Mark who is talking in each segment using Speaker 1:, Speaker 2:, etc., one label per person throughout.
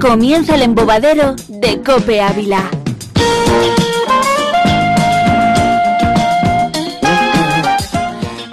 Speaker 1: Comienza el embobadero de Cope Ávila.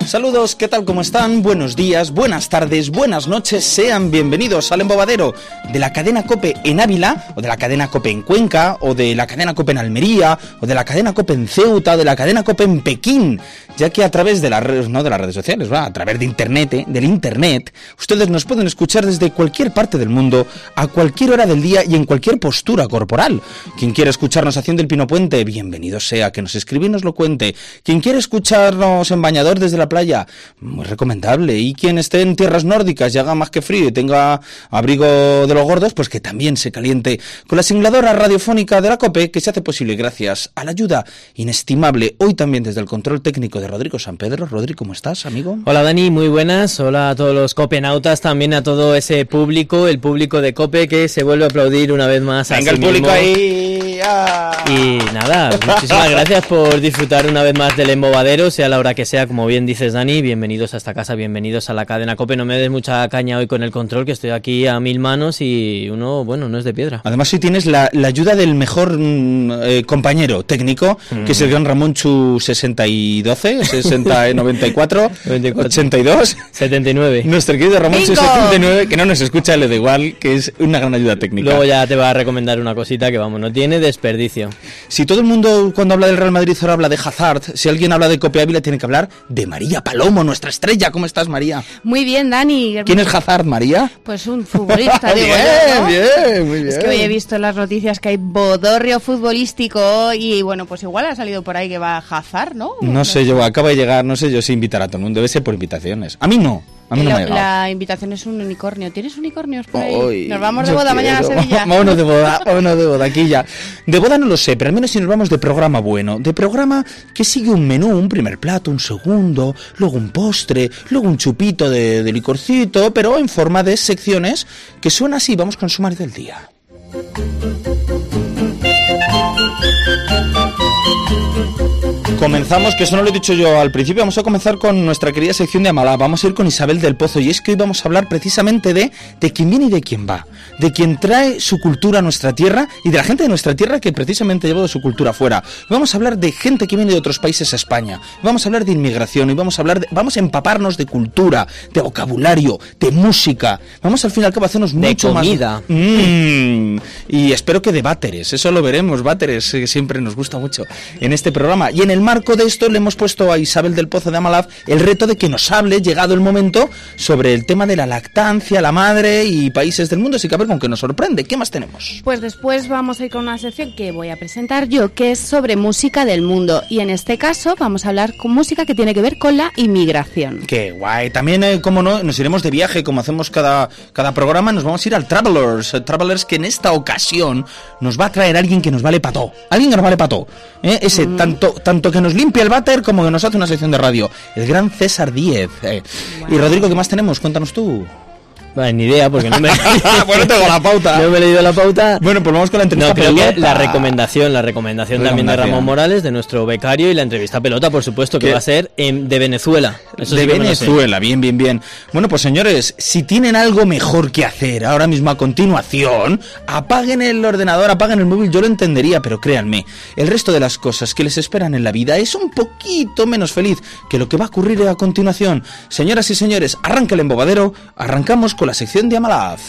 Speaker 2: Saludos, ¿qué tal? ¿Cómo están? Buenos días, buenas tardes, buenas noches. Sean bienvenidos al embobadero de la cadena Cope en Ávila, o de la cadena Cope en Cuenca, o de la cadena Cope en Almería, o de la cadena Cope en Ceuta, o de la cadena Cope en Pekín. Ya que a través de las redes, no de las redes sociales, va, a través de internet, eh, del internet, ustedes nos pueden escuchar desde cualquier parte del mundo, a cualquier hora del día y en cualquier postura corporal. Quien quiera escucharnos haciendo el Pino Puente, bienvenido sea, que nos escriba y nos lo cuente. Quien quiera escucharnos en bañador desde la playa, muy recomendable. Y quien esté en tierras nórdicas y haga más que frío y tenga abrigo de los gordos, pues que también se caliente con la singladora radiofónica de la COPE que se hace posible gracias a la ayuda inestimable hoy también desde el control técnico de Rodrigo San Pedro. Rodrigo, ¿cómo estás, amigo?
Speaker 3: Hola Dani, muy buenas. Hola a todos los copenautas, también a todo ese público, el público de Cope que se vuelve a aplaudir una vez más. a
Speaker 2: Venga
Speaker 3: sí
Speaker 2: el público
Speaker 3: mismo.
Speaker 2: ahí. ¡Ah!
Speaker 3: Y nada, muchísimas gracias por disfrutar una vez más del embobadero, sea la hora que sea, como bien dices Dani, bienvenidos a esta casa, bienvenidos a la cadena Cope. No me des mucha caña hoy con el control, que estoy aquí a mil manos y uno, bueno, no es de piedra.
Speaker 2: Además, hoy tienes la, la ayuda del mejor mm, eh, compañero técnico, que es el gran Ramón Chu 60 y 12, 60 y 94,
Speaker 3: 94.
Speaker 2: 82.
Speaker 3: 79.
Speaker 2: Nuestro querido Ramón
Speaker 1: Bingo.
Speaker 2: 79 que no nos escucha, le da igual, que es una gran ayuda técnica.
Speaker 3: Luego ya te va a recomendar una cosita que vamos, no tiene desperdicio.
Speaker 2: Si todo el mundo cuando habla del Real Madrid ahora habla de Hazard, si alguien habla de Cope Ávila tiene que hablar de María Palomo, nuestra estrella. ¿Cómo estás, María?
Speaker 4: Muy bien, Dani.
Speaker 2: ¿Quién es Hazard, María?
Speaker 4: Pues un futbolista, digo
Speaker 2: bien,
Speaker 4: yo, ¿no?
Speaker 2: bien, muy bien.
Speaker 4: Es que hoy he visto en las noticias que hay bodorrio futbolístico y bueno, pues igual ha salido por ahí que va a jazar, ¿no?
Speaker 2: No sé yo, acaba de llegar, no sé yo si invitar a todo el mundo, debe ser por invitaciones. A mí no, a mí no
Speaker 4: La,
Speaker 2: me ha llegado.
Speaker 4: la invitación es un unicornio. ¿Tienes unicornios por ahí?
Speaker 2: Ay,
Speaker 4: Nos vamos de
Speaker 2: yo
Speaker 4: boda mañana a
Speaker 2: quiero.
Speaker 4: Sevilla.
Speaker 2: Vámonos de boda, vámonos de boda, aquí ya. De boda no lo sé, pero al menos si nos vamos de programa bueno, de programa que sigue un menú, un primer plato, un segundo, luego un postre, luego un chupito de, de licorcito, pero en forma de secciones que son así, vamos con sumario del día. Comenzamos, que eso no lo he dicho yo al principio, vamos a comenzar con nuestra querida sección de Amalá, vamos a ir con Isabel del Pozo y es que hoy vamos a hablar precisamente de, de quién viene y de quién va, de quién trae su cultura a nuestra tierra y de la gente de nuestra tierra que precisamente ha llevado su cultura fuera. Vamos a hablar de gente que viene de otros países a España, vamos a hablar de inmigración y vamos a hablar, de- vamos a empaparnos de cultura, de vocabulario, de música, vamos al final que va a hacernos
Speaker 3: De
Speaker 2: mucho más-
Speaker 3: comida.
Speaker 2: Mm, y espero que de váteres, eso lo veremos, váteres, eh, siempre nos gusta mucho en este programa. Y en el marco de esto le hemos puesto a Isabel del Pozo de Amalaf el reto de que nos hable, llegado el momento, sobre el tema de la lactancia, la madre y países del mundo. Así que a ver con qué nos sorprende. ¿Qué más tenemos?
Speaker 4: Pues después vamos a ir con una sección que voy a presentar yo, que es sobre música del mundo. Y en este caso vamos a hablar con música que tiene que ver con la inmigración.
Speaker 2: Qué guay. También, eh, como no, nos iremos de viaje, como hacemos cada, cada programa, nos vamos a ir al Travelers. eh, Travelers que en esta ocasión nos va a traer alguien que nos vale pató. Alguien que nos vale pató. ¿eh? Ese, tanto, tanto que nos limpia el váter como que nos hace una sección de radio. El gran César Díez. eh. Y Rodrigo, ¿qué más tenemos? Cuéntanos tú.
Speaker 3: Vale, ni idea, porque no me...
Speaker 2: Bueno, tengo la pauta.
Speaker 3: No me he leído la pauta.
Speaker 2: Bueno, pues vamos con la entrevista.
Speaker 3: No, creo que
Speaker 2: pelota.
Speaker 3: la recomendación, la recomendación también de
Speaker 2: Recomendación.
Speaker 3: Ramón Morales, de nuestro becario y la entrevista pelota, por supuesto, que
Speaker 2: ¿Qué?
Speaker 3: va a ser em, de Venezuela. Eso
Speaker 2: de
Speaker 3: sí que me lo sé.
Speaker 2: Venezuela, bien, bien, bien. Bueno, pues señores, si tienen algo mejor que hacer ahora mismo a continuación, apaguen el ordenador, apaguen el móvil, yo lo entendería, pero créanme, el resto de las cosas que les esperan en la vida es un poquito menos feliz que lo que va a ocurrir a continuación. Señoras y señores, arranca el embobadero, arrancamos con la sección de Amalaz.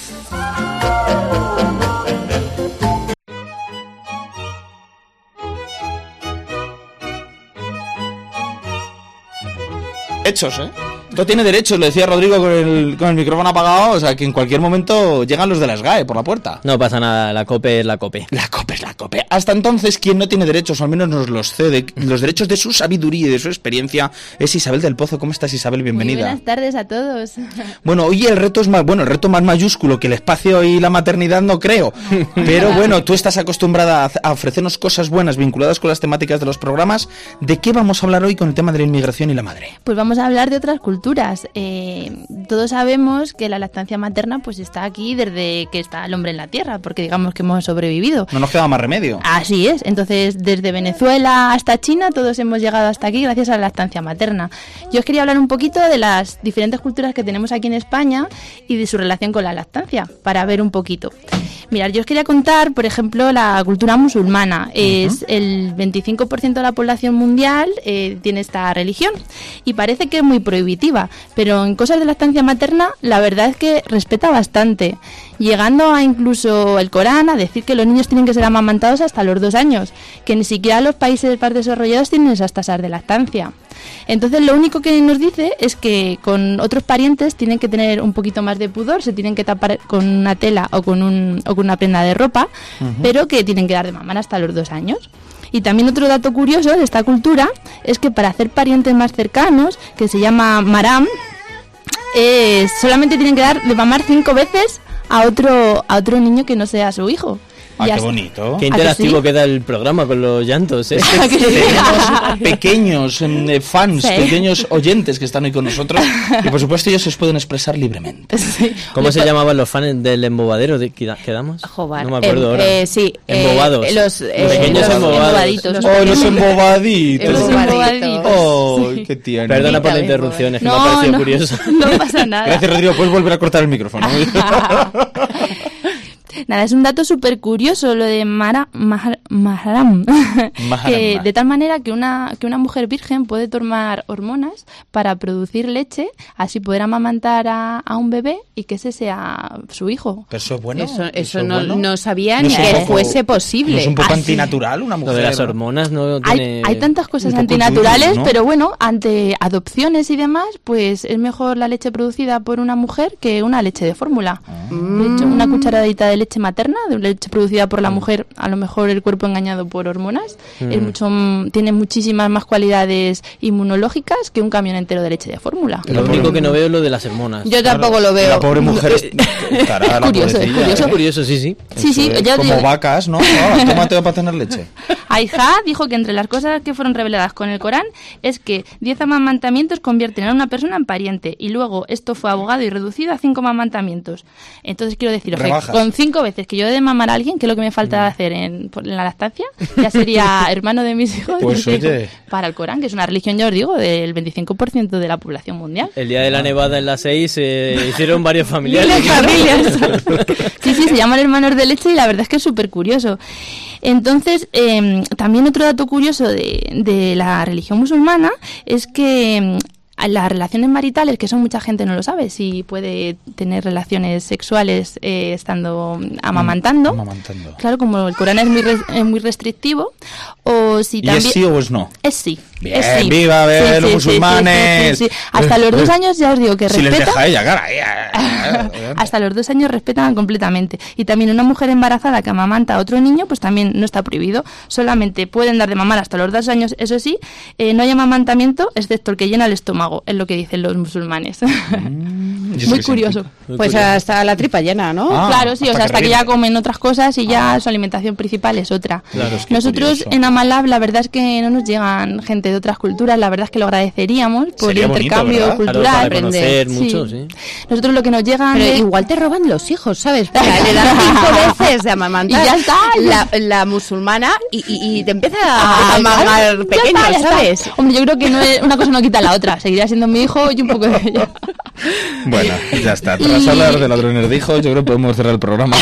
Speaker 2: hechos, ¿eh? Esto tiene derechos, lo decía Rodrigo con el, con el micrófono apagado, o sea que en cualquier momento llegan los de las GAE por la puerta.
Speaker 3: No pasa nada, la cope es la cope.
Speaker 2: La cope es la cope. Hasta entonces, quien no tiene derechos, o al menos nos los cede, los derechos de su sabiduría y de su experiencia, es Isabel del Pozo. ¿Cómo estás, Isabel? Bienvenida.
Speaker 5: Muy buenas tardes a todos.
Speaker 2: Bueno, hoy el reto es más, bueno, el reto más mayúsculo que el espacio y la maternidad no creo. Pero bueno, tú estás acostumbrada a- a ofrecernos cosas buenas vinculadas con las temáticas de los programas. ¿De qué vamos a hablar hoy con el tema de la inmigración y la madre?
Speaker 5: Pues vamos a hablar de otras culturas. Eh, todos sabemos que la lactancia materna pues está aquí desde que está el hombre en la tierra, porque digamos que hemos sobrevivido.
Speaker 2: No nos queda más remedio.
Speaker 5: Así es, entonces desde Venezuela hasta China todos hemos llegado hasta aquí gracias a la lactancia materna. Yo os quería hablar un poquito de las diferentes culturas que tenemos aquí en España y de su relación con la lactancia, para ver un poquito. Mirad, yo os quería contar, por ejemplo, la cultura musulmana. Es el 25% de la población mundial eh, tiene esta religión y parece que es muy prohibitiva, pero en cosas de la estancia materna la verdad es que respeta bastante, llegando a incluso el Corán a decir que los niños tienen que ser amamantados hasta los dos años, que ni siquiera los países más desarrollados tienen esas tasas de lactancia. Entonces lo único que nos dice es que con otros parientes tienen que tener un poquito más de pudor, se tienen que tapar con una tela o con, un, o con una prenda de ropa, pero que tienen que dar de mamar hasta los dos años. Y también otro dato curioso de esta cultura es que para hacer parientes más cercanos, que se llama maram, eh, solamente tienen que dar de mamar cinco veces a otro, a otro niño que no sea su hijo.
Speaker 2: Ah,
Speaker 5: Y
Speaker 2: qué
Speaker 5: hasta-
Speaker 2: bonito.
Speaker 3: Qué
Speaker 5: ¿A que
Speaker 3: interactivo
Speaker 5: sí?
Speaker 3: queda el programa con los llantos. ¿eh?
Speaker 5: ¿A que sí?
Speaker 2: Pequeños eh, fans,
Speaker 5: Sí.
Speaker 2: pequeños oyentes que están hoy con nosotros. Y por supuesto, ellos se os pueden expresar libremente.
Speaker 5: Sí.
Speaker 3: ¿Cómo se llamaban los fans del embobadero? de- queda- ¿Quedamos?
Speaker 4: Jobar.
Speaker 3: No me acuerdo
Speaker 4: Em,
Speaker 3: ahora.
Speaker 4: eh, sí, eh,
Speaker 3: Embobados.
Speaker 4: los, eh,
Speaker 3: pequeños
Speaker 4: los
Speaker 3: embobados.
Speaker 5: embobaditos. Los
Speaker 2: ¡Oh, los
Speaker 4: Los
Speaker 2: embobaditos!
Speaker 4: embobaditos.
Speaker 2: ¡Oh, qué tierno!
Speaker 3: Perdona por la
Speaker 5: También,
Speaker 3: interrupción, es que me
Speaker 5: No,
Speaker 3: ha parecido
Speaker 5: no,
Speaker 3: curioso.
Speaker 5: No pasa nada.
Speaker 2: Gracias, Rodrigo. Puedes volver a cortar el micrófono.
Speaker 5: Nada, es un dato súper curioso lo de Mara, Mahar- Maharam. que de tal manera que una, que una mujer virgen puede tomar hormonas para producir leche, así poder amamantar a, a un bebé y que ese sea su hijo.
Speaker 2: Pero eso es bueno.
Speaker 4: Eso, eso
Speaker 2: es
Speaker 4: no,
Speaker 2: bueno.
Speaker 4: no sabía
Speaker 2: No
Speaker 4: ni
Speaker 2: es un
Speaker 4: que
Speaker 2: poco-
Speaker 4: fuese
Speaker 2: ¿No
Speaker 4: posible.
Speaker 2: es un poco
Speaker 4: Ah,
Speaker 2: antinatural una mujer.
Speaker 3: Lo de las hormonas no tiene...
Speaker 5: Hay, hay tantas cosas
Speaker 2: un poco
Speaker 5: antinaturales,
Speaker 2: turbio, ¿no?
Speaker 5: pero bueno, ante adopciones y demás, pues es mejor la leche producida por una mujer que una leche de fórmula. De hecho, una cucharadita de leche materna, de leche producida por la
Speaker 2: Mm.
Speaker 5: mujer, a lo mejor el cuerpo engañado por hormonas, es mucho, mm, tiene muchísimas más cualidades inmunológicas que un camión entero de leche de fórmula.
Speaker 3: Lo único que no veo es lo de las hormonas.
Speaker 4: Yo tampoco lo veo.
Speaker 2: La pobre mujer es. Cara, la
Speaker 5: curioso,
Speaker 2: pobrecilla,
Speaker 5: es curioso.
Speaker 2: ¿eh?
Speaker 3: Es curioso, sí, sí.
Speaker 5: Sí, sí,
Speaker 2: Eso es
Speaker 5: ya te
Speaker 2: como
Speaker 5: digo-
Speaker 2: vacas, ¿no? Ahora, tómate para tener leche.
Speaker 5: Aijá dijo que entre las cosas que fueron reveladas con el Corán es que 10 amamantamientos convierten a una persona en pariente y luego esto fue abogado y reducido a 5 amamantamientos. Entonces quiero deciros que
Speaker 2: Rebajas. Mm.
Speaker 5: con 5 veces que yo he de mamar a alguien, que es lo que me falta hacer en, por- en la lactancia, ya sería hermano de mis hijos.
Speaker 2: Pues oye.
Speaker 5: Para el Corán, que es una religión, ya os digo, del 25% de la población mundial.
Speaker 3: El día de la nevada en las 6 se hicieron varios familiares.
Speaker 5: Miles de familias. sí, sí, se llaman hermanos de leche y la verdad es que es súper curioso. Entonces, eh, también otro dato curioso de, de la religión musulmana es que mm, las relaciones maritales, que eso mucha gente no lo sabe, si puede tener relaciones sexuales eh, estando amamantando.
Speaker 2: Mm, Amamantando.
Speaker 5: Claro, como el Corán es muy, res- es muy restrictivo. O si
Speaker 2: ¿Y es
Speaker 5: también...
Speaker 2: sí o es no?
Speaker 5: Es sí.
Speaker 2: Bien,
Speaker 5: es sí.
Speaker 2: viva, a ver, los musulmanes.
Speaker 5: Hasta los dos años ya os digo que
Speaker 2: Si les
Speaker 5: respeta.
Speaker 2: deja ella, cara. ella, ella, ella.
Speaker 5: Hasta los dos años respetan completamente. Y también una mujer embarazada que amamanta a otro niño, pues también no está prohibido. Solamente pueden dar de mamar hasta los dos años, eso sí, eh, no hay amamantamiento excepto el que llena el estómago, es lo que dicen los musulmanes. Mm,
Speaker 2: ¿Y eso
Speaker 5: Muy
Speaker 2: qué
Speaker 5: curioso.
Speaker 2: significa?
Speaker 4: Pues hasta la tripa llena, ¿no?
Speaker 2: Ah,
Speaker 5: claro, sí, o
Speaker 2: hasta
Speaker 5: sea,
Speaker 2: que
Speaker 5: hasta que ya
Speaker 2: revienta.
Speaker 5: comen otras cosas y ya su alimentación principal es otra.
Speaker 2: Claro, es que
Speaker 5: Nosotros
Speaker 2: curioso.
Speaker 5: en Amalab, la verdad es que no nos llegan gente de otras culturas, la verdad es que lo agradeceríamos por
Speaker 2: Sería
Speaker 5: el
Speaker 2: bonito,
Speaker 5: intercambio
Speaker 2: ¿verdad?
Speaker 3: Claro,
Speaker 5: cultural.
Speaker 3: para
Speaker 4: aprender,
Speaker 3: conocer
Speaker 5: Sí.
Speaker 3: mucho, sí.
Speaker 5: Nosotros lo que nos llegan
Speaker 4: Pero
Speaker 5: es-
Speaker 4: igual te roban los hijos, ¿sabes? Mira, le dan cinco veces de amamantar.
Speaker 5: Y ya está.
Speaker 4: La, la musulmana y, y- y te empieza a
Speaker 5: Ah,
Speaker 4: amamantar
Speaker 5: claro.
Speaker 4: pequeño,
Speaker 5: Ya está, ya
Speaker 4: ¿sabes?
Speaker 5: está. Hombre, yo creo que no es- una cosa no quita la otra. Seguirá siendo mi hijo y un poco de ella.
Speaker 2: Bueno, ya está. Tras
Speaker 5: Y-
Speaker 2: hablar de ladrones dijo, yo creo que podemos cerrar el programa.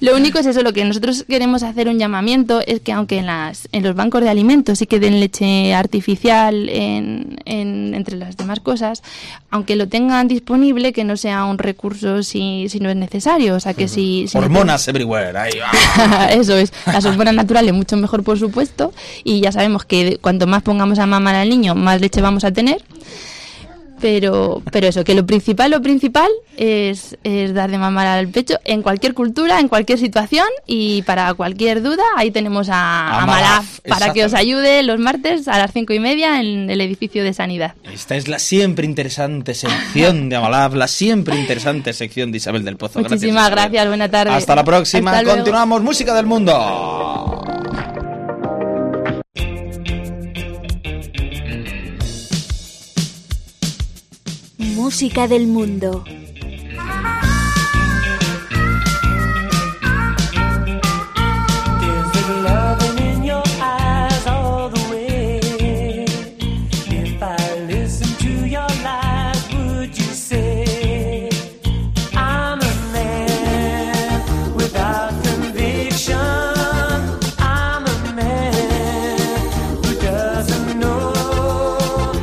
Speaker 5: Lo único es eso, lo que nosotros queremos hacer un llamamiento es que aunque en, las, en los bancos de alimentos sí que den leche artificial en, en- entre las demás cosas, aunque lo tengan disponible, que no sea un recurso si, si no es necesario. O sea, que si... si no-
Speaker 2: Hormonas everywhere. Ahí va.
Speaker 5: Eso es, las hormonas naturales mucho mejor por supuesto y ya sabemos que de- cuanto más pongamos a mamar al niño más leche vamos a tener. Pero, pero eso, que lo principal, lo principal es, es dar de mamar al pecho en cualquier cultura, en cualquier situación y para cualquier duda ahí tenemos a,
Speaker 2: A
Speaker 5: a Malaf
Speaker 2: Malaf,
Speaker 5: para que os ayude los martes a las cinco y media en el edificio de sanidad.
Speaker 2: Esta es la siempre interesante sección de Amalab, la siempre interesante sección de Isabel del Pozo.
Speaker 5: Muchísimas
Speaker 2: Isabel.
Speaker 5: gracias, buena tarde.
Speaker 2: Hasta la próxima.
Speaker 5: Hasta luego.
Speaker 2: Continuamos. Música del mundo.
Speaker 1: Música del mundo.
Speaker 6: There's been loving in your eyes all the way. If I listen to your lies, would you say I'm a man?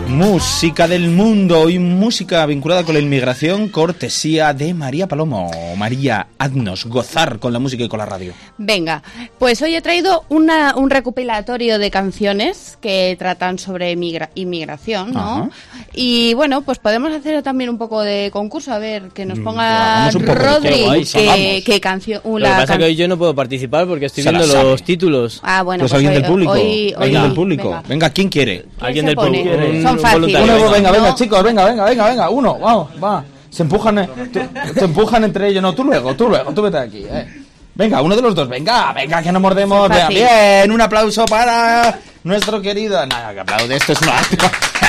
Speaker 2: Música del mundo y música vinculada con la inmigración, cortesía de María Palomo. María, haznos gozar con la música y con la radio.
Speaker 4: Venga, pues hoy he traído una- un recopilatorio de canciones que tratan sobre migra- inmigración,
Speaker 2: Ajá.
Speaker 4: ¿no? Y bueno, pues podemos hacer también un poco de concurso, a ver, que nos ponga
Speaker 2: Mm, hagamos un poco de
Speaker 4: Rodri
Speaker 3: guay,
Speaker 4: qué,
Speaker 2: hagamos.
Speaker 4: qué canción...
Speaker 3: Lo que pasa es que hoy yo no puedo participar porque estoy
Speaker 2: Se la
Speaker 3: viendo
Speaker 2: sabe.
Speaker 3: los títulos.
Speaker 4: Ah, bueno,
Speaker 2: pues,
Speaker 4: pues,
Speaker 2: alguien
Speaker 4: hoy-
Speaker 2: del público.
Speaker 4: hoy-
Speaker 2: alguien
Speaker 3: hoy-
Speaker 2: del público. Venga.
Speaker 4: venga.
Speaker 2: ¿quién quiere?
Speaker 3: Alguien
Speaker 4: se
Speaker 3: del
Speaker 4: pone?
Speaker 3: público,
Speaker 4: Son
Speaker 3: un
Speaker 4: fáciles.
Speaker 3: voluntario,
Speaker 4: Uno,
Speaker 2: Venga, venga,
Speaker 4: No.
Speaker 2: venga, chicos, venga, venga, venga, venga, uno, vamos, va. Se empujan, eh, tú- te empujan entre ellos. No, tú luego, tú luego, tú vete de aquí, eh. Venga, uno de los dos, venga, venga, que nos mordemos.
Speaker 4: Fácil.
Speaker 2: Venga, bien, un aplauso para nuestro querido. Nada, que aplaude, esto es una.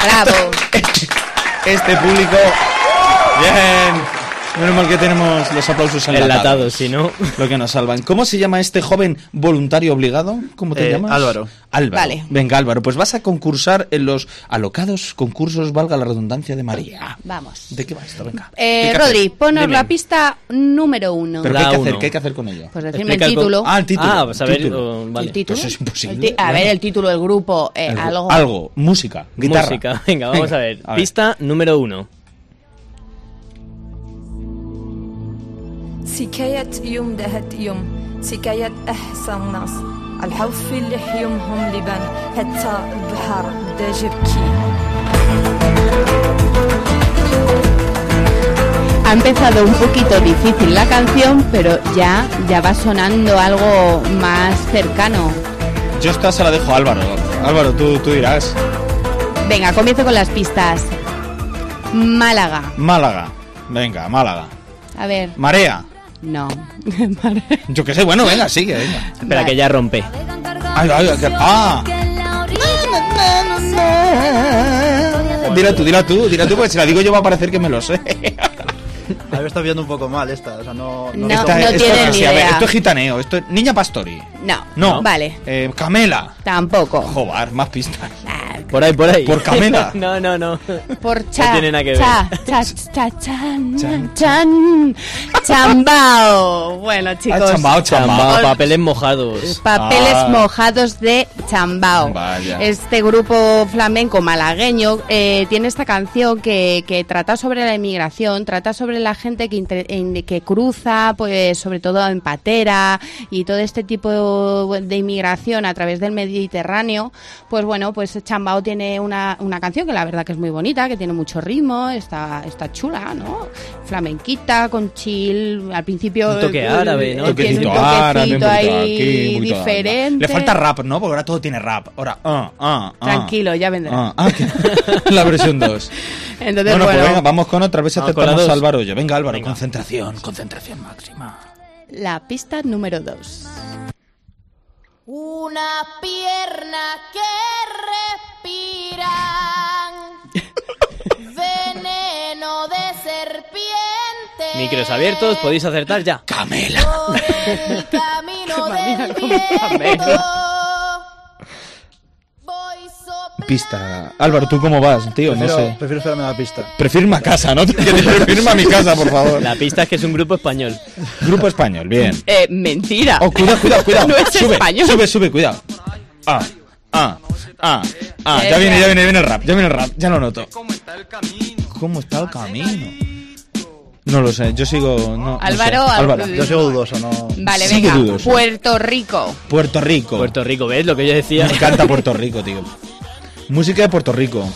Speaker 4: Bravo.
Speaker 2: Este público. Bien. Menos mal que tenemos los aplausos
Speaker 3: Enlatado,
Speaker 2: enlatados.
Speaker 3: si no.
Speaker 2: Lo que nos salvan. ¿Cómo se llama este joven voluntario obligado? ¿Cómo te
Speaker 7: Eh,
Speaker 2: llamas?
Speaker 7: Álvaro.
Speaker 2: Álvaro.
Speaker 4: Vale.
Speaker 2: Venga, Álvaro, pues vas a concursar en los alocados concursos, valga la redundancia, de María.
Speaker 4: Vamos.
Speaker 2: ¿De qué va esto? Venga. ¿Qué
Speaker 4: Eh,
Speaker 2: hay que
Speaker 4: Rodri,
Speaker 2: hacer?
Speaker 4: ponos
Speaker 2: Dime.
Speaker 4: la pista número uno.
Speaker 2: ¿Pero
Speaker 3: La
Speaker 2: qué hay que
Speaker 3: uno.
Speaker 2: hacer? ¿Qué hay que hacer con ello?
Speaker 4: pues decirme el
Speaker 3: Explica el con-
Speaker 4: título.
Speaker 2: ah, el título.
Speaker 3: Ah, pues a ver,
Speaker 2: título.
Speaker 3: oh, vale.
Speaker 4: El título.
Speaker 2: Eso es imposible.
Speaker 4: El ti- a ver, el título del grupo, eh,
Speaker 2: El-
Speaker 4: algo.
Speaker 2: Algo. Música. Guitarra.
Speaker 3: Música. Venga, vamos a ver.
Speaker 2: a ver.
Speaker 3: Pista número uno.
Speaker 8: سكاية يوم دهت يوم سكاية أحسن ناس الحوف في لحيومهم لبن حتى البحر بدا جبكي
Speaker 4: Ha empezado un poquito difícil la canción, pero ya, ya va sonando algo más cercano.
Speaker 2: Yo esta se la dejo a Álvaro. Álvaro, tú, tú dirás.
Speaker 4: Venga, comienzo con las pistas. Málaga.
Speaker 2: Málaga. Venga, Málaga.
Speaker 4: A ver,
Speaker 2: Marea.
Speaker 4: no.
Speaker 2: Yo qué sé, bueno, venga, sigue, venga.
Speaker 3: Espera,
Speaker 4: Vale.
Speaker 3: que ya rompe.
Speaker 2: Ay, ay, ay, que- ah. Dila tú, dila tú, dila tú, porque si la digo yo va a parecer que me lo sé.
Speaker 7: A ver, está viendo un poco mal esta. O sea, no,
Speaker 4: No,
Speaker 2: Esta-
Speaker 4: no
Speaker 2: esto es
Speaker 4: tiene
Speaker 2: así,
Speaker 4: ni
Speaker 2: a ver,
Speaker 4: idea.
Speaker 2: esto es gitaneo, esto es Niña Pastori.
Speaker 4: No.
Speaker 2: No.
Speaker 4: Vale.
Speaker 2: Eh, Camela.
Speaker 4: Tampoco.
Speaker 2: Joder, más pistas.
Speaker 4: Ah,
Speaker 3: Por ahí, por ahí.
Speaker 2: Por Camela.
Speaker 3: no, no, no.
Speaker 4: Por cha.
Speaker 3: No tiene nada que ver.
Speaker 4: Cha, cha, cha, chan, chan. Chambao. Bueno,
Speaker 2: Ah,
Speaker 4: chicos.
Speaker 2: chambao,
Speaker 3: Chamba,
Speaker 2: chambao.
Speaker 3: papeles mojados.
Speaker 4: Papeles
Speaker 2: Ah.
Speaker 4: mojados de Chambao.
Speaker 2: Vaya.
Speaker 4: Este grupo flamenco malagueño eh, tiene esta canción que, que trata sobre la inmigración, trata sobre la gente que, inter- en- que cruza, pues sobre todo en patera y todo este tipo de inmigración a través del Mediterráneo. Pues bueno, pues Chambao tiene una, una canción que la verdad que es muy bonita, que tiene mucho ritmo, está, está chula, ¿no? Flamenquita, con chill, al principio...
Speaker 3: Un toque
Speaker 4: eh,
Speaker 3: árabe, ¿no?
Speaker 4: eh, tiene un
Speaker 2: Toquecito
Speaker 4: toquecito
Speaker 2: árabe, un poquito
Speaker 4: ahí
Speaker 2: Ah, aquí, un poquito árabe.
Speaker 4: diferente.
Speaker 2: Le falta rap, ¿no? Porque ahora todo tiene rap. Ahora, ah, ah, ah.
Speaker 4: Tranquilo, ya vendrá.
Speaker 2: Ah, ah, que- la versión 2.
Speaker 4: Entonces,
Speaker 2: Bueno,
Speaker 4: bueno,
Speaker 2: pues venga, vamos con otra vez.
Speaker 3: Vamos con la
Speaker 2: Aceptamos a
Speaker 3: dos.
Speaker 2: Álvaro yo. Venga, Álvaro, concentración, concentración máxima.
Speaker 4: la pista número 2.
Speaker 9: Una pierna que respiran veneno de serpiente.
Speaker 3: Micros abiertos, podéis acertar ya.
Speaker 2: Camela.
Speaker 9: Por el camino del
Speaker 3: Camela.
Speaker 9: viento. Voy soplando.
Speaker 2: Pista. Álvaro, ¿tú cómo vas, tío? No
Speaker 7: prefiero,
Speaker 2: sé.
Speaker 7: prefiero esperarme a la pista.
Speaker 2: Prefirma casa, ¿no? Que te prefirma mi casa, por favor.
Speaker 3: La pista es que es un grupo español.
Speaker 2: Grupo español, bien.
Speaker 4: Eh, mentira.
Speaker 2: Oh, cuidado, cuidado, cuidado.
Speaker 4: No es
Speaker 2: sube,
Speaker 4: español.
Speaker 2: sube, sube, cuidado. Ah, ah, ah, ah. Ya viene, ya viene, ya viene el rap, ya viene el rap, ya lo noto. ¿Cómo está el camino? No lo sé, yo sigo. No, no sé.
Speaker 4: Álvaro,
Speaker 2: Álvaro.
Speaker 4: al-
Speaker 7: Yo sigo dudoso, no.
Speaker 4: Vale,
Speaker 2: Sigue
Speaker 4: venga.
Speaker 2: dudoso.
Speaker 4: Puerto Rico.
Speaker 2: Puerto Rico.
Speaker 3: Puerto Rico, ¿ves lo que yo decía?
Speaker 2: Me encanta Puerto Rico, tío. Música de Puerto Rico.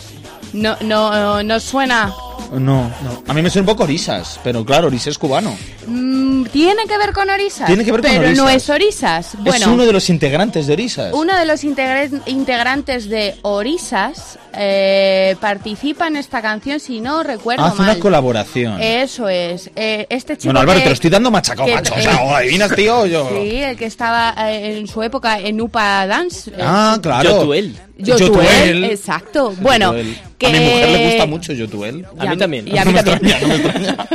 Speaker 4: No, no, no, no suena.
Speaker 2: No, no. A mí me suena un poco Orisas, pero claro, Orisas es cubano.
Speaker 4: Mm, tiene que ver con Orisas.
Speaker 2: Tiene que ver con
Speaker 4: pero no
Speaker 2: Orisas.
Speaker 4: es Orisas. Bueno,
Speaker 2: es uno de los integrantes de Orisas.
Speaker 4: uno de los integre- integrantes de Orisas eh, participa en esta canción, si no recuerdo
Speaker 2: Hace
Speaker 4: mal.
Speaker 2: una colaboración.
Speaker 4: Eso es. Eh, este chico
Speaker 2: bueno, Álvaro,
Speaker 4: que-
Speaker 2: te lo estoy dando machacado,
Speaker 4: que-
Speaker 2: macho. O
Speaker 4: eh,
Speaker 2: sea, o adivinas, tío, o yo.
Speaker 4: Sí, el que estaba eh, en su época en UPA Dance. eh,
Speaker 2: Ah, claro.
Speaker 3: Yotuel.
Speaker 4: Yotuel,
Speaker 2: Yotuel.
Speaker 4: exacto. Bueno,
Speaker 2: Yotuel.
Speaker 4: que...
Speaker 2: A mi mujer le gusta mucho Yotuel.
Speaker 3: A mí también.
Speaker 4: Y a mí también.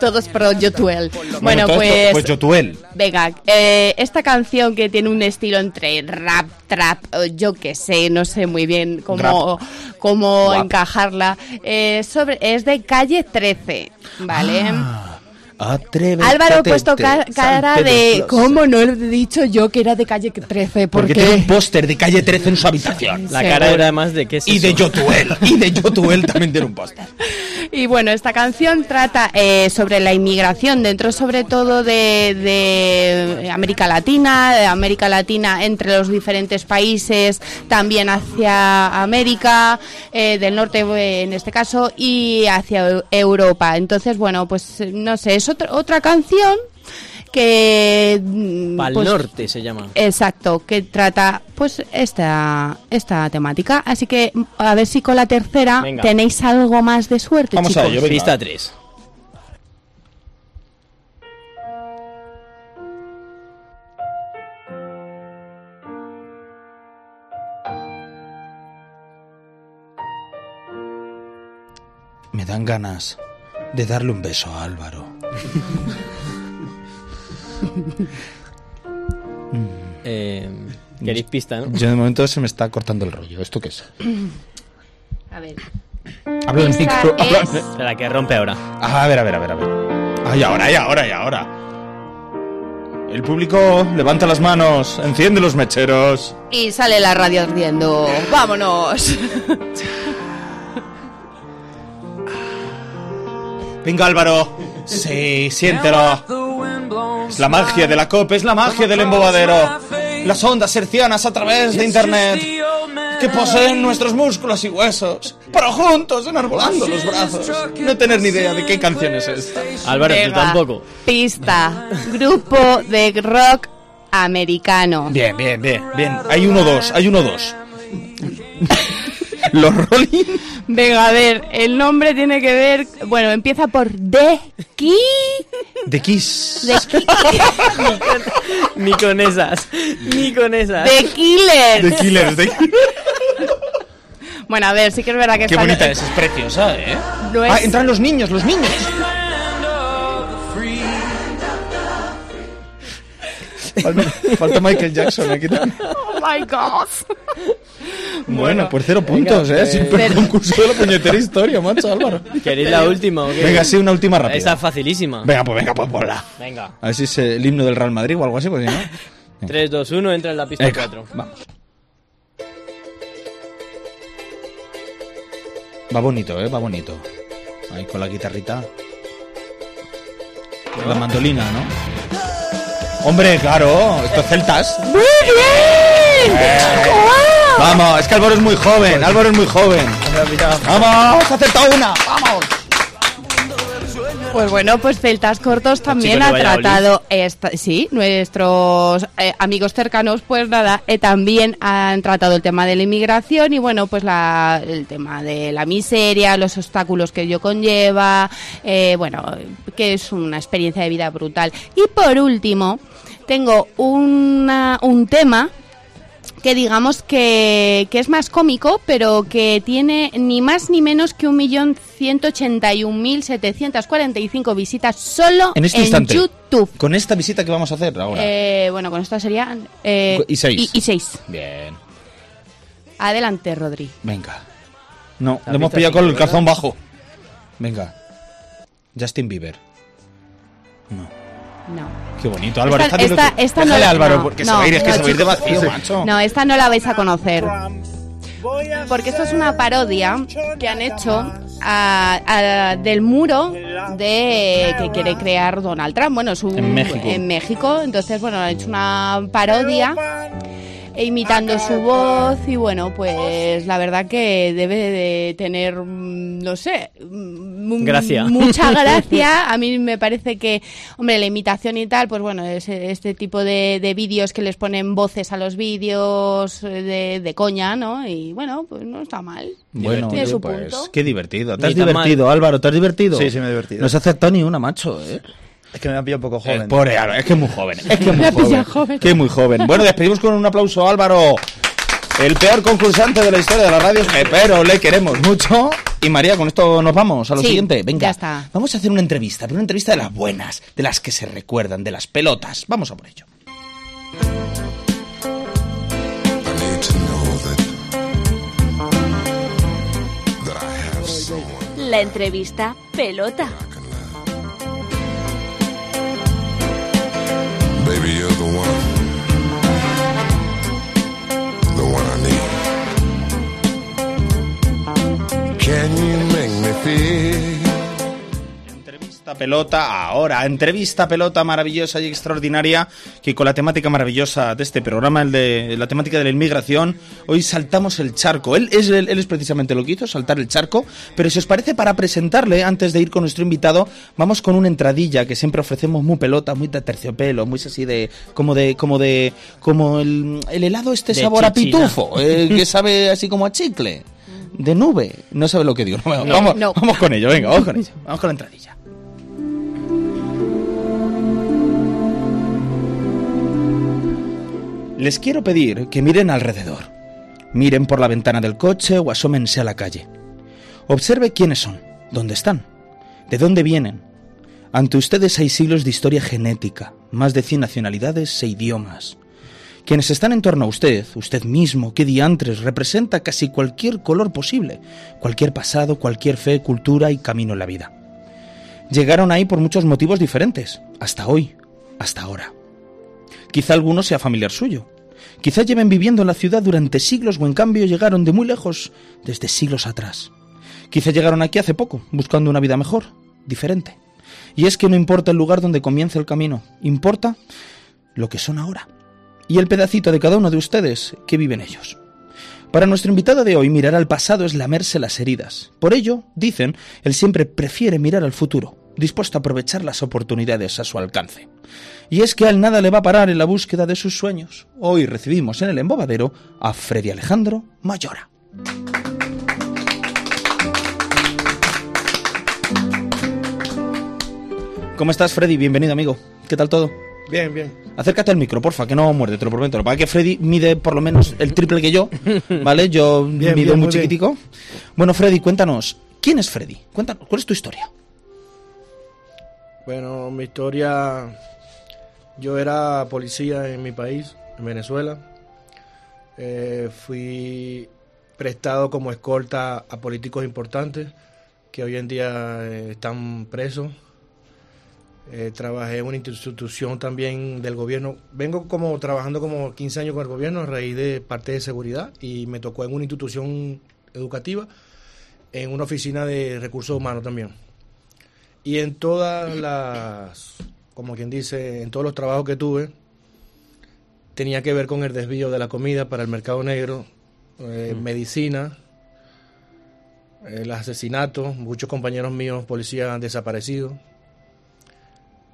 Speaker 4: Todos pro Yotuel. Bueno,
Speaker 2: todo esto-
Speaker 4: pues...
Speaker 2: Pues Yotuel.
Speaker 4: Venga, eh, esta canción que tiene un estilo entre rap, trap, eh, yo que sé, no sé muy bien cómo, cómo
Speaker 2: Guap. Ah.
Speaker 4: encajarla, eh, sobre, es de calle 13, ¿vale?
Speaker 2: Atrévete.
Speaker 4: Álvaro ha puesto
Speaker 2: te-
Speaker 4: ca- cara
Speaker 2: salte
Speaker 4: de.
Speaker 2: los-
Speaker 4: ¿Cómo no he dicho yo que era de calle
Speaker 2: Porque
Speaker 4: 13? Porque.
Speaker 2: tiene un póster de calle 13 en su habitación.
Speaker 3: La cara era más de que es
Speaker 2: Y de
Speaker 3: eso?
Speaker 2: Yotuel. Y de Yotuel también tiene un póster.
Speaker 4: Y bueno, esta canción trata eh, sobre la inmigración, dentro sobre todo de, de América Latina, de América Latina entre los diferentes países, también hacia América, eh, del norte eh, en este caso, y hacia Eu- Europa. Entonces, bueno, pues eh, no sé, es otra otra canción que... mm,
Speaker 3: Pal
Speaker 4: pues,
Speaker 3: norte se llama.
Speaker 4: Exacto, que trata pues esta, esta temática. Así que a ver si con la tercera
Speaker 3: Venga.
Speaker 4: tenéis algo más de suerte,
Speaker 2: Vamos a
Speaker 4: chicos.
Speaker 2: ello, venga.
Speaker 3: Pista 3.
Speaker 2: Me dan ganas de darle un beso a Álvaro.
Speaker 3: Eh, queréis pista, ¿no?
Speaker 2: Yo de momento se me está cortando el rollo. ¿Esto qué es?
Speaker 4: A ver.
Speaker 2: Hablo en
Speaker 4: Esa
Speaker 2: cinco. hablo-
Speaker 4: es-
Speaker 3: La que rompe ahora.
Speaker 2: Ah, A ver, a ver, a ver, a ver. Ay, ahora, y ahora, y ahora. El público levanta las manos, enciende los mecheros.
Speaker 4: Y sale la radio ardiendo. ¡Vámonos!
Speaker 2: Venga, Álvaro. Sí, siéntelo. Es la magia de la copa, es la magia del embobadero. Las ondas hercianas a través de internet que poseen nuestros músculos y huesos para juntos enarbolando los brazos. No tener ni idea de qué canción es esta.
Speaker 3: Álvaro, tú
Speaker 4: Venga,
Speaker 3: tampoco.
Speaker 4: Pista. Grupo de rock americano.
Speaker 2: Bien, bien, bien, bien. Hay uno, dos, hay uno, dos. Los Rolling.
Speaker 4: Venga, a ver, el nombre tiene que ver. Bueno, empieza por The Key.
Speaker 2: The Kiss.
Speaker 4: The, Ki-
Speaker 3: Ni con esas. Ni con esas.
Speaker 4: The Killers.
Speaker 2: The Killers. The
Speaker 4: Bueno, a ver, sí que es verdad que
Speaker 2: Qué
Speaker 4: falta-
Speaker 2: bonita es, es preciosa, ¿eh?
Speaker 4: No es-
Speaker 2: Ah, entran los niños, los niños. Falta- Falta Michael Jackson ¿eh? aquí también.
Speaker 4: Oh my god.
Speaker 2: Bueno, pues cero puntos, ¿eh? Siempre el concurso de la puñetera historia, macho, Álvaro.
Speaker 3: ¿Queréis la última o qué?
Speaker 2: Venga, sí, una última
Speaker 3: Esa
Speaker 2: rápida.
Speaker 3: es facilísima.
Speaker 2: Venga, pues venga, pues ponla.
Speaker 3: Venga.
Speaker 2: A ver si es el himno del Real Madrid o algo así, pues si no.
Speaker 3: 3, 2, 1, entra en la pista
Speaker 2: Venga,
Speaker 3: 4.
Speaker 2: vamos. Va bonito, ¿eh? Va bonito. Ahí con la guitarrita. Con la mandolina, ¿no? Hombre, claro, estos celtas. ¡Muy bien! Vamos, es que Álvaro es muy joven, Álvaro es muy joven. ¡Vamos! ¡Ha acertado una! ¡Vamos!
Speaker 4: Pues bueno, pues Celtas Cortos también
Speaker 3: chicos
Speaker 4: ha
Speaker 3: de Valladolid.
Speaker 4: tratado, esta- sí, nuestros eh, amigos cercanos, pues nada, eh, también han tratado el tema de la inmigración y bueno, pues la, el tema de la miseria, los obstáculos que ello conlleva, eh, bueno, que es una experiencia de vida brutal. Y por último, tengo una- un tema que digamos que, que es más cómico, pero que tiene ni más ni menos que 1.181.745 visitas solo
Speaker 2: En este instante.
Speaker 4: YouTube.
Speaker 2: Con esta visita que vamos a hacer ahora.
Speaker 4: Eh, bueno, con esta serían... eh,
Speaker 2: Y seis.
Speaker 4: Y, y seis.
Speaker 2: Bien.
Speaker 4: Adelante, Rodri.
Speaker 2: Venga. No,
Speaker 3: La
Speaker 2: le hemos
Speaker 3: pista
Speaker 2: pillado con el
Speaker 3: cinco,
Speaker 2: calzón bajo. Venga. Justin Bieber. No.
Speaker 4: No.
Speaker 2: Qué bonito, Álvaro.
Speaker 4: Esta-
Speaker 2: déjatelo
Speaker 4: esta-
Speaker 2: tú.
Speaker 4: esta no
Speaker 2: Déjale,
Speaker 4: la-
Speaker 2: Álvaro,
Speaker 4: no,
Speaker 2: porque se
Speaker 4: no,
Speaker 2: va a ir, es que
Speaker 4: no,
Speaker 2: se va a ir de
Speaker 4: chicos.
Speaker 2: vacío, macho.
Speaker 4: No, esta no la vais a conocer. Porque esto es una parodia que han hecho a- a- del muro de que quiere crear Donald Trump. Bueno, es un-
Speaker 2: En México.
Speaker 4: en México. Entonces, bueno, han hecho una parodia e imitando su voz y bueno, pues la verdad que debe de tener, mm, no sé, mm,
Speaker 3: Gracia.
Speaker 4: mucha gracia. A mí me parece que, hombre, la imitación y tal, pues bueno, es- este tipo de, de vídeos que les ponen voces a los vídeos eh, de, de coña, ¿no? Y bueno, pues no está mal.
Speaker 2: Bueno,
Speaker 4: Tiene su
Speaker 2: pues
Speaker 4: punto.
Speaker 2: qué divertido. ¿Te
Speaker 3: Ni
Speaker 2: has
Speaker 3: tan
Speaker 2: divertido, Álvaro? ¿Te has divertido?
Speaker 7: Sí, sí, me he divertido.
Speaker 2: No se ha acertado ni una, macho, ¿eh?
Speaker 7: Es que me han pillado un poco joven.
Speaker 2: Eh, pobre Álvaro, es que es muy joven. Es que es muy joven.
Speaker 4: joven.
Speaker 2: Que es muy joven. Bueno, despedimos con un aplauso a Álvaro. El peor concursante de la historia de las radios, eh, pero le queremos mucho. Y María, con esto nos vamos a lo
Speaker 4: Sí,
Speaker 2: siguiente. Venga,
Speaker 4: ya está.
Speaker 2: vamos a hacer una entrevista, pero una entrevista de las buenas, de las que se recuerdan, de las pelotas. Vamos a por ello.
Speaker 1: La entrevista pelota.
Speaker 10: the one, the one I need. Can you make me feel?
Speaker 2: Entrevista pelota ahora, entrevista pelota maravillosa y extraordinaria que con la temática maravillosa de este programa, el de la temática de la inmigración, hoy saltamos el charco. Él es, él es precisamente lo que hizo, saltar el charco, pero si os parece para presentarle, antes de ir con nuestro invitado, vamos con una entradilla que siempre ofrecemos muy pelota, muy de terciopelo, muy así de, como de, como de, como el, el helado este
Speaker 3: De
Speaker 2: sabor
Speaker 3: chichina.
Speaker 2: a pitufo, eh, que sabe así como a chicle, de nube, no sabe lo que digo, No,
Speaker 4: No,
Speaker 2: vamos,
Speaker 4: no.
Speaker 2: vamos con ello, venga, vamos con ello, vamos con la entradilla. Les quiero pedir que miren alrededor. Miren por la ventana del coche o asómense a la calle. Observe quiénes son, dónde están, de dónde vienen. Ante ustedes hay siglos de historia genética, más de 100 nacionalidades e idiomas. Quienes están en torno a usted, usted mismo, qué diantres, representa casi cualquier color posible, cualquier pasado, cualquier fe, cultura y camino en la vida. Llegaron ahí por muchos motivos diferentes, hasta hoy, hasta ahora. Quizá alguno sea familiar suyo. Quizá lleven viviendo en la ciudad durante siglos o en cambio llegaron de muy lejos, desde siglos atrás. Quizá llegaron aquí hace poco, buscando una vida mejor, diferente. Y es que no importa el lugar donde comience el camino, importa lo que son ahora. Y el pedacito de cada uno de ustedes que viven ellos. Para nuestro invitado de hoy, mirar al pasado es lamerse las heridas. Por ello, dicen, él siempre prefiere mirar al futuro, dispuesto a aprovechar las oportunidades a su alcance. Y es que al nada le va a parar en la búsqueda de sus sueños. Hoy recibimos en el embobadero a Freddy Alejandro Mayora. ¿Cómo estás, Freddy? Bienvenido, amigo. ¿Qué tal todo?
Speaker 11: Bien, bien.
Speaker 2: Acércate al micro, porfa, que no muerde, te lo prometo. Lo que pasa es que Freddy mide por lo menos el triple que yo, ¿vale? Yo
Speaker 11: Bien,
Speaker 2: mido
Speaker 11: bien,
Speaker 2: muy
Speaker 11: muy bien.
Speaker 2: chiquitico. Bueno, Freddy, cuéntanos, ¿quién es Freddy? Cuéntanos, ¿cuál es tu historia?
Speaker 11: Bueno, mi historia. Yo era policía en mi país, en Venezuela. Eh, fui prestado como escolta a políticos importantes que hoy en día eh, están presos. Eh, trabajé en una institución también del gobierno. Vengo como trabajando como 15 años con el gobierno a raíz de parte de seguridad y me tocó en una institución educativa, en una oficina de recursos humanos también. Y en todas las, como quien dice, en todos los trabajos que tuve, tenía que ver con el desvío de la comida para el mercado negro, eh, medicina, el asesinato, muchos compañeros míos policías han desaparecido.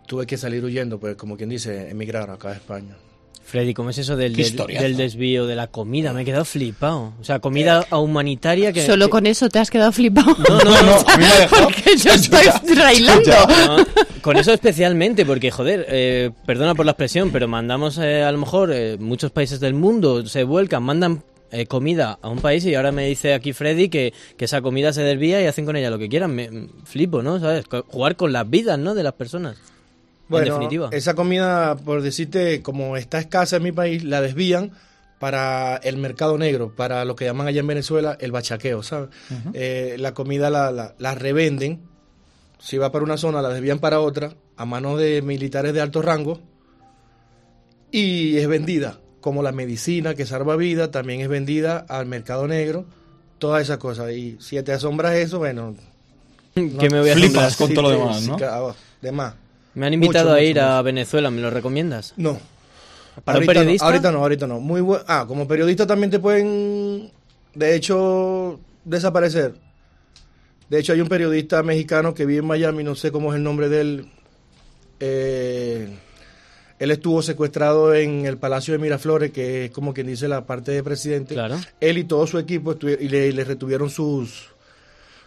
Speaker 11: Tuve que salir huyendo, pues como quien dice, emigrar acá a España.
Speaker 3: Freddy, ¿cómo es eso del,
Speaker 2: Qué
Speaker 3: del-
Speaker 2: historiazo.
Speaker 3: del desvío de la comida? Me he quedado flipado. O sea, comida a humanitaria que...
Speaker 4: Eh. Solo
Speaker 3: que-
Speaker 4: con eso te has quedado flipado.
Speaker 2: No, no, a mí me ha dejado.
Speaker 4: Porque yo estoy trailando.
Speaker 3: No, con eso especialmente, porque joder, eh, perdona por la expresión, pero mandamos eh, a lo mejor eh, muchos países del mundo se vuelcan, mandan eh, comida a un país y ahora me dice aquí Freddy que, que esa comida se desvía y hacen con ella lo que quieran. Me, mm, flipo, ¿no? ¿Sabes? Co- Jugar con las vidas, ¿no? De las personas. en definitiva.
Speaker 11: esa comida, por decirte, como está escasa en mi país, la desvían para el mercado negro, para lo que llaman allá en Venezuela el bachaqueo, ¿sabes? Eh, la comida la, la- la revenden, si va para una zona, la desvían para otra, a manos de militares de alto rango, y es vendida, como la medicina que salva vida, también es vendida al mercado negro, todas esas cosas. Y si te asombras eso, bueno...
Speaker 3: que me voy a
Speaker 2: Flipas
Speaker 3: asombrar.
Speaker 2: con
Speaker 11: sí
Speaker 2: todo lo
Speaker 11: te-
Speaker 2: demás,
Speaker 11: sí,
Speaker 2: ¿no?
Speaker 11: claro, demás.
Speaker 3: Me han invitado
Speaker 11: Mucho,
Speaker 3: a
Speaker 11: mucho,
Speaker 3: ir a Venezuela, ¿me lo recomiendas?
Speaker 11: No.
Speaker 3: ¿Para un
Speaker 11: ahorita
Speaker 3: periodista?
Speaker 11: No, ahorita no, ahorita no. Muy buen, ah, como periodista también te pueden, de hecho, desaparecer. De hecho, hay un periodista mexicano que vive en Miami, no sé cómo es el nombre de él. Eh, él estuvo secuestrado en el Palacio de Miraflores, que es como quien dice la parte de presidente.
Speaker 3: Claro.
Speaker 11: Él y todo su equipo estuvi- y le, y le retuvieron sus,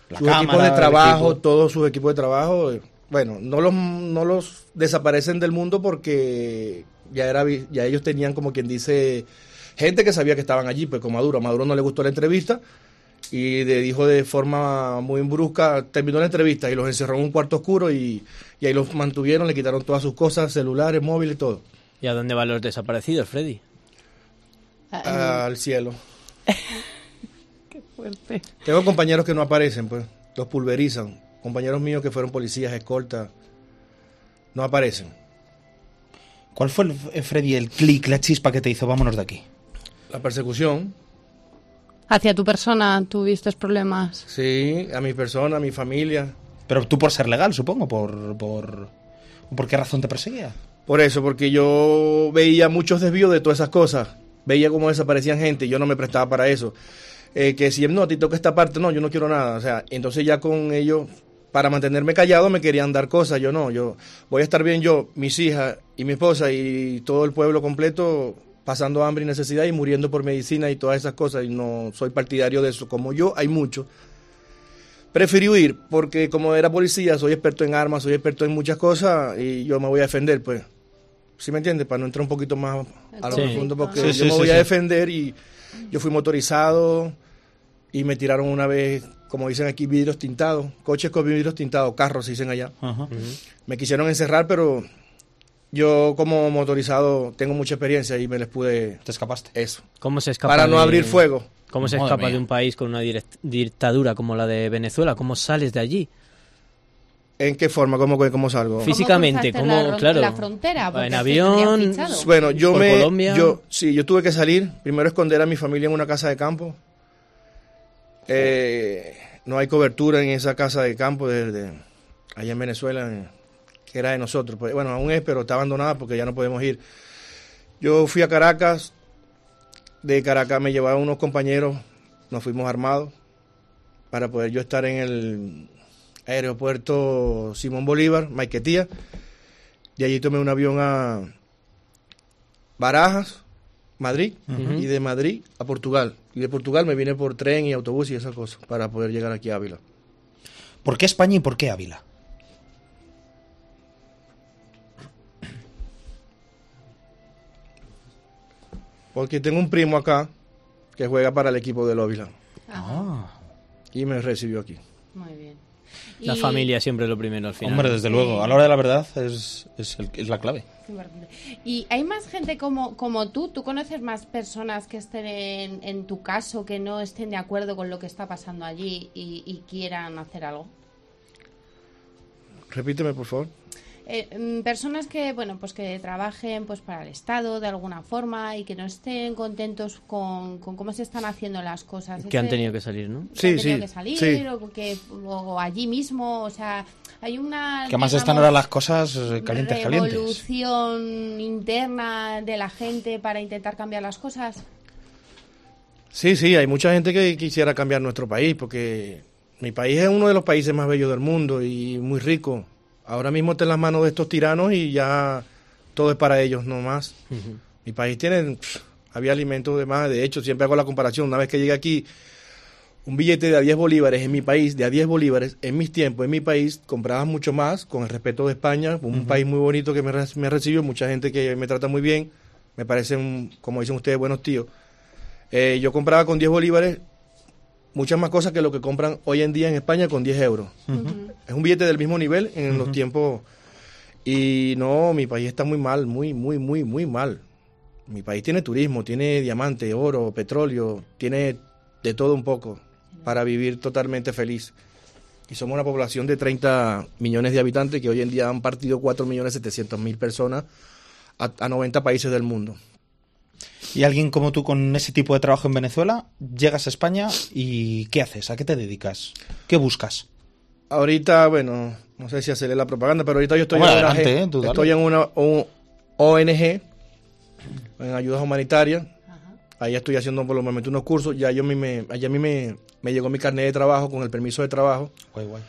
Speaker 2: La
Speaker 11: sus
Speaker 2: cámara,
Speaker 11: equipos de
Speaker 2: el
Speaker 11: trabajo,
Speaker 2: equipo.
Speaker 11: todos sus equipos de trabajo. eh, Bueno, no los, no los desaparecen del mundo porque ya, era, vi- ya ellos tenían, como quien dice, gente que sabía que estaban allí, pues con Maduro. A Maduro no le gustó la entrevista y le dijo de forma muy brusca, terminó la entrevista y los encerró en un cuarto oscuro y, y ahí los mantuvieron, le quitaron todas sus cosas, celulares, móviles, todo,
Speaker 3: ¿Y a dónde van los desaparecidos, Freddy?
Speaker 11: al cielo. Tengo compañeros que no aparecen, pues. Los pulverizan. Compañeros míos que fueron policías, escoltas, no aparecen.
Speaker 2: ¿Cuál fue, el, eh, Freddy, el clic, la chispa que te hizo vámonos de aquí?
Speaker 11: La persecución,
Speaker 4: Hacia tu persona tuviste problemas.
Speaker 11: Sí, a mi persona, a mi familia.
Speaker 2: Pero tú por ser legal, supongo, por... por... ¿Por qué razón te perseguía?
Speaker 11: Por eso, porque yo veía muchos desvíos de todas esas cosas. Veía cómo desaparecían gente y yo no me prestaba para eso. Eh, que si no, a ti toca esta parte, no, yo no quiero nada. O sea, entonces ya con ellos, para mantenerme callado, me querían dar cosas. Yo no, yo voy a estar bien yo, mis hijas y mi esposa y todo el pueblo completo pasando hambre y necesidad y muriendo por medicina y todas esas cosas. Y no soy partidario de eso. Como yo, hay muchos. Preferí huir porque como era policía, soy experto en armas, soy experto en muchas cosas y yo me voy a defender, pues. ¿Sí me entiendes? Para no entrar un poquito más a lo
Speaker 2: Sí.
Speaker 11: profundo, porque
Speaker 2: Sí,
Speaker 11: yo
Speaker 2: sí,
Speaker 11: me
Speaker 2: sí,
Speaker 11: voy a
Speaker 2: sí.
Speaker 11: defender y yo fui motorizado y me tiraron una vez, como dicen aquí, vidrios tintados, coches con vidrios tintados, carros, dicen allá.
Speaker 2: Mm.
Speaker 11: Me quisieron encerrar, pero yo como motorizado tengo mucha experiencia y me les pude...
Speaker 2: ¿Te escapaste?
Speaker 11: Eso.
Speaker 3: ¿Cómo se escapa
Speaker 11: Para no
Speaker 3: de-
Speaker 11: abrir fuego.
Speaker 3: ¿Cómo se
Speaker 11: Madre
Speaker 3: escapa
Speaker 11: mía.
Speaker 3: de un país con una direct- dictadura como la de Venezuela? ¿Cómo sales de allí?
Speaker 11: ¿En qué forma? ¿Cómo, cómo salgo?
Speaker 3: Físicamente,
Speaker 4: ¿Cómo cruzaste
Speaker 3: ¿cómo?
Speaker 4: la ron-
Speaker 3: claro.
Speaker 4: la frontera? Porque
Speaker 3: en
Speaker 4: te
Speaker 3: avión.
Speaker 4: tenían fichado.
Speaker 11: Bueno, yo
Speaker 3: por
Speaker 11: me...
Speaker 3: Colombia.
Speaker 11: Yo, sí, yo tuve que salir, primero esconder a mi familia en una casa de campo. Eh, no hay cobertura en esa casa de campo desde allá en Venezuela, eh, que era de nosotros. Pues, bueno, aún es, pero está abandonada porque ya no podemos ir. Yo fui a Caracas, de Caracas me llevaron unos compañeros, nos fuimos armados para poder yo estar en el aeropuerto Simón Bolívar, Maiquetía. De allí tomé un avión a Barajas, Madrid,
Speaker 2: Ujú.
Speaker 11: y de Madrid a Portugal. Y de Portugal me vine por tren y autobús y esas cosas para poder llegar aquí a Ávila.
Speaker 2: ¿Por qué España y por qué Ávila?
Speaker 11: Porque tengo un primo acá que juega para el equipo del Ávila
Speaker 2: Ah.
Speaker 11: y me recibió aquí.
Speaker 4: Muy bien.
Speaker 3: La
Speaker 4: Y-
Speaker 3: familia siempre es lo primero al final.
Speaker 2: Hombre, desde luego, a la hora de la verdad es, es el- es la clave.
Speaker 4: ¿Y hay más gente como, como tú? ¿Tú conoces más personas que estén en, en tu caso, que no estén de acuerdo con lo que está pasando allí y, y quieran hacer algo?
Speaker 11: Repíteme, por favor.
Speaker 4: Eh, mm, personas que, bueno, pues que trabajen pues para el Estado de alguna forma y que no estén contentos con, con cómo se están haciendo las cosas.
Speaker 3: Que han
Speaker 4: Ese-
Speaker 3: tenido que salir, ¿no?
Speaker 4: que han tenido que salir o, que, o allí mismo, o sea, hay una...
Speaker 2: Que más están
Speaker 4: digamos,
Speaker 2: ahora las cosas eh, calientes, calientes.
Speaker 4: revolución interna de la gente para intentar cambiar las cosas.
Speaker 11: Sí, sí, hay mucha gente que quisiera cambiar nuestro país porque mi país es uno de los países más bellos del mundo y muy rico. Ahora mismo está en las manos de estos tiranos y ya todo es para ellos, no más. Mi país tiene, pf, había alimentos de más, de hecho siempre hago la comparación, una vez que llegué aquí, un billete de a 10 bolívares en mi país, de a 10 bolívares en mis tiempos, en mi país, comprabas mucho más, con el respeto de España, un país muy bonito que me, re- me recibió, mucha gente que me trata muy bien, me parecen, como dicen ustedes, buenos tíos. Eh, yo compraba con 10 bolívares muchas más cosas que lo que compran hoy en día en España con 10 euros. Es un billete del mismo nivel en los tiempos. Y no, mi país está muy mal, muy, muy, muy, muy mal. Mi país tiene turismo, tiene diamante, oro, petróleo, tiene de todo un poco para vivir totalmente feliz. Y somos una población de 30 millones de habitantes que hoy en día han partido 4 millones 700 mil personas a, a 90 países del mundo.
Speaker 2: Y alguien como tú con ese tipo de trabajo en Venezuela, llegas a España y ¿qué haces? ¿A qué te dedicas? ¿Qué buscas?
Speaker 11: Ahorita, bueno, no sé si hacerle la propaganda, pero ahorita yo estoy,
Speaker 2: Bueno,
Speaker 11: en, una,
Speaker 2: adelante, eh,
Speaker 11: G-
Speaker 2: tú dale.
Speaker 11: estoy en una o- ONG, en ayudas humanitarias. Ahí estoy haciendo por lo momento unos cursos. Ya yo mi- me, allá a mí me, me llegó mi carnet de trabajo con el permiso de trabajo.
Speaker 2: Guay, guay.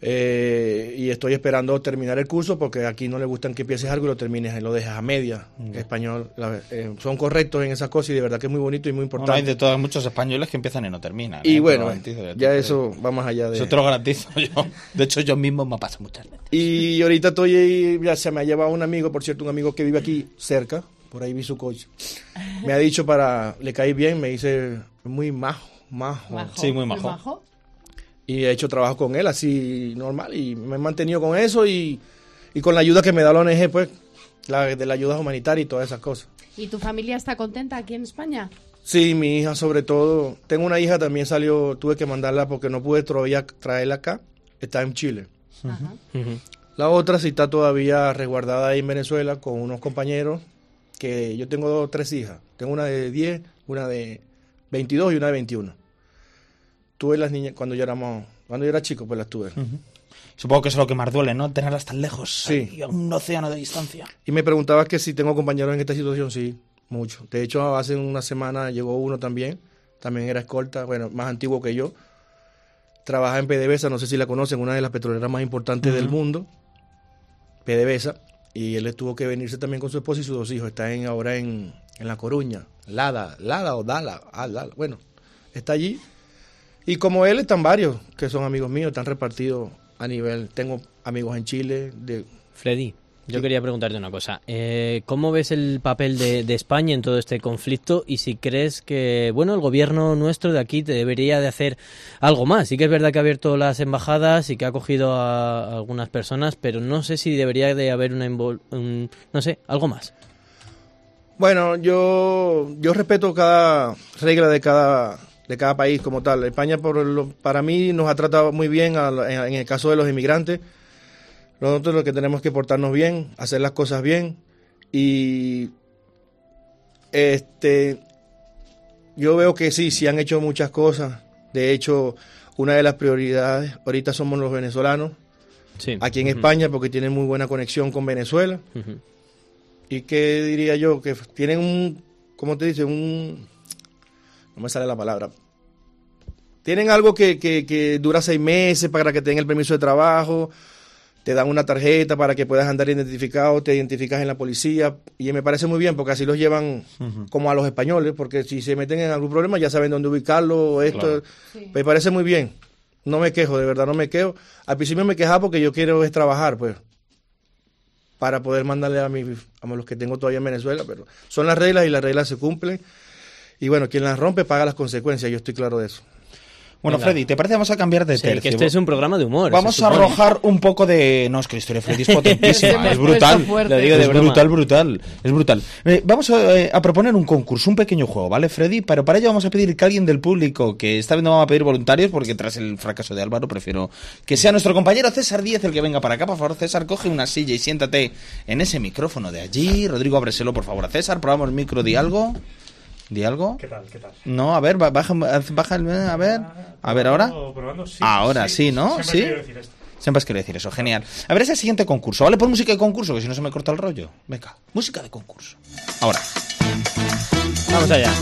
Speaker 11: Eh, y estoy esperando terminar el curso porque aquí no le gustan que empieces algo y lo termines, y lo dejas a media.
Speaker 2: Ya.
Speaker 11: En Español, la- eh, son correctos en esas cosas y de verdad que es muy bonito y muy
Speaker 2: Bueno, hay
Speaker 11: importante.
Speaker 2: de todos muchos españoles que empiezan y no terminan. ¿eh? Te
Speaker 11: y
Speaker 2: lo
Speaker 11: bueno,
Speaker 2: garantizo, te
Speaker 11: ya
Speaker 2: lo-
Speaker 11: eso va más allá de...
Speaker 2: Eso te lo garantizo yo. De hecho, yo mismo me pasa muchas veces.
Speaker 11: Y ahorita estoy ahí, ya se me ha llevado un amigo, por cierto, un amigo que vive aquí cerca, por ahí vi su coche. Me ha dicho para, le caí bien, me dice muy majo, majo.
Speaker 2: Sí, muy majo.
Speaker 11: Y he hecho trabajo con él así normal y me he mantenido con eso y, y con la ayuda que me da la ONG, pues, la, de la ayuda humanitaria y todas esas cosas.
Speaker 4: ¿Y tu familia está contenta aquí en España?
Speaker 11: Sí, mi hija sobre todo. Tengo una hija también salió, tuve que mandarla porque no pude todavía traerla acá. Está en Chile. La otra sí está todavía resguardada ahí en Venezuela con unos compañeros que yo tengo dos, tres hijas. Tengo una de 10, una de 22 y una de 21. Tuve las niñas cuando yo, éramos, cuando yo era chico, pues las tuve.
Speaker 2: Supongo que eso es lo que más duele, ¿no? Tenerlas tan lejos.
Speaker 6: Ah,
Speaker 11: Sí.
Speaker 2: ahí, a un océano de distancia.
Speaker 11: Y me preguntabas que si tengo compañeros en esta situación, sí, mucho. De hecho, hace una semana llegó uno también, también era escolta, bueno, más antiguo que yo. Trabaja en PDVSA, no sé si la conocen, una de las petroleras más importantes del
Speaker 2: Ujú.
Speaker 11: mundo, PDVSA, y él tuvo que venirse también con su esposa y sus dos hijos. Está en, ahora en, en La Coruña, Lada, Lada o Dala, ah, Lala, bueno, está allí. Y como él están varios que son amigos míos, están repartidos a nivel, tengo amigos en Chile, de
Speaker 3: Freddy, yo quería preguntarte una cosa. Eh, ¿Cómo ves el papel de, de España en todo este conflicto y si crees que, bueno, el gobierno nuestro de aquí debería de hacer algo más? Sí que es verdad que ha abierto las embajadas y que ha acogido a algunas personas, pero no sé si debería de haber una... invol- un- no sé, algo más.
Speaker 11: Bueno, yo, yo respeto cada regla de cada, de cada país como tal. España, por lo- para mí, nos ha tratado muy bien a lo- en, en el caso de los inmigrantes. Nosotros lo que tenemos es que portarnos bien, hacer las cosas bien. Y este, yo veo que sí, sí han hecho muchas cosas. De hecho, una de las prioridades ahorita somos los venezolanos aquí en
Speaker 3: Ujú.
Speaker 11: España porque tienen muy buena conexión con Venezuela
Speaker 3: Ujú.
Speaker 11: y que diría yo que tienen un cómo te dice un no me sale la palabra tienen algo que, que- que dura seis meses para que te den el permiso de trabajo te dan una tarjeta para que puedas andar identificado te identificas en la policía y me parece muy bien porque así los llevan como a los españoles porque si se meten en algún problema ya saben dónde ubicarlo esto
Speaker 12: Claro.
Speaker 11: me parece muy bien no me quejo de verdad no me quejo al principio me quejaba porque yo quiero es trabajar pues para poder mandarle a, mis, a los que tengo todavía en Venezuela, pero son las reglas y las reglas se cumplen. Y bueno, quien las rompe paga las consecuencias, yo estoy claro de eso.
Speaker 2: Bueno, Freddy, ¿te parece? Vamos a cambiar de
Speaker 3: Sí,
Speaker 2: tercio.
Speaker 3: que este es un programa de humor.
Speaker 2: Vamos
Speaker 3: se
Speaker 2: a
Speaker 3: supone.
Speaker 2: arrojar un poco de. No, es que la historia de Freddy es
Speaker 3: Se
Speaker 2: potentísima,
Speaker 3: hemos
Speaker 2: es brutal.
Speaker 3: puesto fuerte. Lo digo de
Speaker 2: es
Speaker 3: broma.
Speaker 2: brutal, brutal. Es brutal. Eh, vamos a, eh, a proponer un concurso, un pequeño juego, ¿vale, Freddy? Pero para ello vamos a pedir que alguien del público que está viendo, vamos a pedir voluntarios, porque tras el fracaso de Álvaro prefiero que sea nuestro compañero César Díez el que venga para acá. Por favor, César, coge una silla y siéntate en ese micrófono de allí. Rodrigo, ábreselo, por favor, a César. Probamos el micro, di algo. ¿Di algo?
Speaker 13: ¿Qué tal? ¿Qué tal?
Speaker 2: No, a ver, ba- baja, baja el. A ver, a ver, ahahora.
Speaker 13: Probando, probando, sí,
Speaker 2: ahora
Speaker 13: sí,
Speaker 2: sí, ¿no?
Speaker 13: siempre
Speaker 2: sí.
Speaker 13: he querido decir esto.
Speaker 2: Siempre has querido decir eso, genial. A ver, es el siguiente concurso, ¿vale? Pon música de concurso, que si no se me corta el rollo. Venga, música de concurso. Ahora.
Speaker 3: Vamos allá.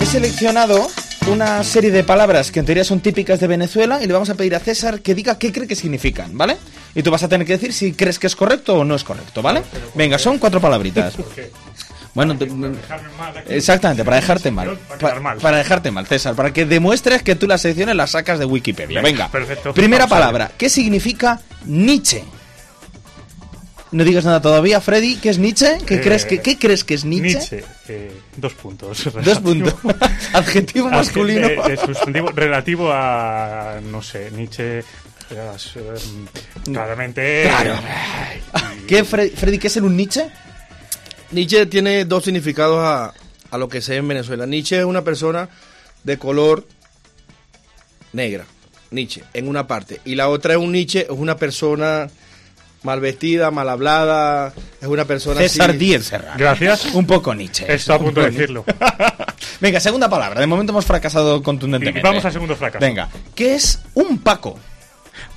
Speaker 2: He seleccionado una serie de palabras que en teoría son típicas de Venezuela y le vamos a pedir a César que diga qué cree que significan, ¿vale? Y tú vas a tener que decir si crees que es correcto o no es correcto, ¿vale? Venga, son cuatro palabritas. Bueno, tú- exactamente, para dejarte mal. Pa- Para, dejarte mal, César, para que demuestres que tú las secciones las sacas de Wikipedia. Venga,
Speaker 13: Venga, perfecto.
Speaker 2: primera
Speaker 13: Vamos a ver.
Speaker 2: palabra, ¿qué significa Nietzsche? No digas nada todavía, Freddy, ¿qué es Nietzsche? ¿Qué,
Speaker 13: Eh,
Speaker 2: crees, que, ¿qué crees que es Nietzsche?
Speaker 13: Nietzsche, eh, dos puntos.
Speaker 2: Dos puntos. Adjetivo masculino.
Speaker 13: Adje- eh, eh, sustantivo relativo a, no sé, Nietzsche. eh, as- em, claramente.
Speaker 2: Claro. ¿Qué, Fre- Freddy, qué es el un Nietzsche?
Speaker 11: Nietzsche tiene dos significados a, a lo que sé en Venezuela. Nietzsche es una persona de color negra, Nietzsche, en una parte. Y la otra es un Nietzsche, es una persona mal vestida, mal hablada, es una persona...
Speaker 2: César
Speaker 11: así.
Speaker 2: Díez Serrano. Un poco Nietzsche.
Speaker 11: Está a
Speaker 2: Un
Speaker 11: punto de
Speaker 2: poco Nietzsche. Venga, segunda palabra. De momento hemos fracasado contundentemente.
Speaker 13: Y vamos al segundo fracaso.
Speaker 2: Venga. ¿Qué es un Paco?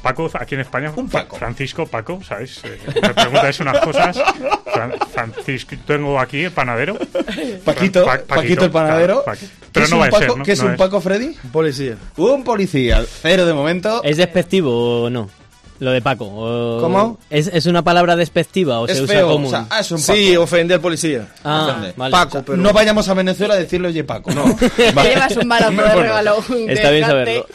Speaker 13: Paco, aquí en España. Un Paco. Francisco, Paco, ¿sabes? Eh, me preguntáis unas cosas. Fran- Francisco, tengo aquí el panadero.
Speaker 2: Paquito,
Speaker 13: Pa-
Speaker 2: Paquito el panadero.
Speaker 13: claro, Paqui-
Speaker 2: ¿Qué
Speaker 13: Pero
Speaker 2: es
Speaker 13: no
Speaker 2: un
Speaker 13: va a
Speaker 2: Paco?
Speaker 13: ser, ¿no?
Speaker 2: ¿Qué es
Speaker 13: No
Speaker 2: un Paco, Freddy? Un policía. Un policía. Cero de momento.
Speaker 4: Eh,
Speaker 3: ¿Es despectivo o no? Lo de Paco. o-
Speaker 2: ¿Cómo?
Speaker 3: ¿Es, es una palabra despectiva o
Speaker 2: Es
Speaker 3: se usa
Speaker 2: feo,
Speaker 3: común?
Speaker 2: o sea, ah, es un Paco.
Speaker 11: Sí, ofende al policía.
Speaker 3: Ah,
Speaker 2: Ofende.
Speaker 3: vale.
Speaker 2: Paco,
Speaker 3: O sea,
Speaker 2: pero... No vayamos a Venezuela a decirle, oye, Paco. No. Vale.
Speaker 4: Llevas un balazo de
Speaker 2: Bueno,
Speaker 4: regalo.
Speaker 2: Está bien
Speaker 4: Déjate.
Speaker 2: saberlo.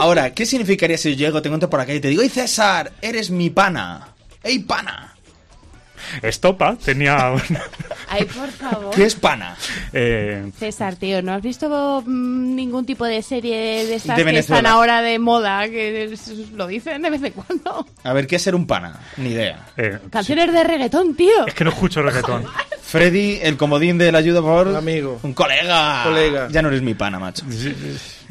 Speaker 2: Ahora, ¿qué significaría si yo llego, te encuentro por acá y te digo, ¡Ey, César! ¡Eres mi pana! ¡Ey, pana!
Speaker 13: Estopa tenía. un-
Speaker 4: Ay, por favor.
Speaker 2: ¿Qué es pana?
Speaker 13: Eh,
Speaker 4: César, tío, ¿no has visto mm, ningún tipo de serie de estas
Speaker 2: De
Speaker 4: que
Speaker 2: Venezuela.
Speaker 4: están ahora de moda? Que es- lo dicen de vez en cuando.
Speaker 2: A ver, ¿qué es ser un pana? Ni idea.
Speaker 4: Canciones de reggaetón, tío.
Speaker 13: que no escucho reggaetón.
Speaker 2: Freddy, el comodín de la ayuda, por favor. Un amigo. Un colega.
Speaker 13: Colega.
Speaker 2: Ya no eres mi pana, macho.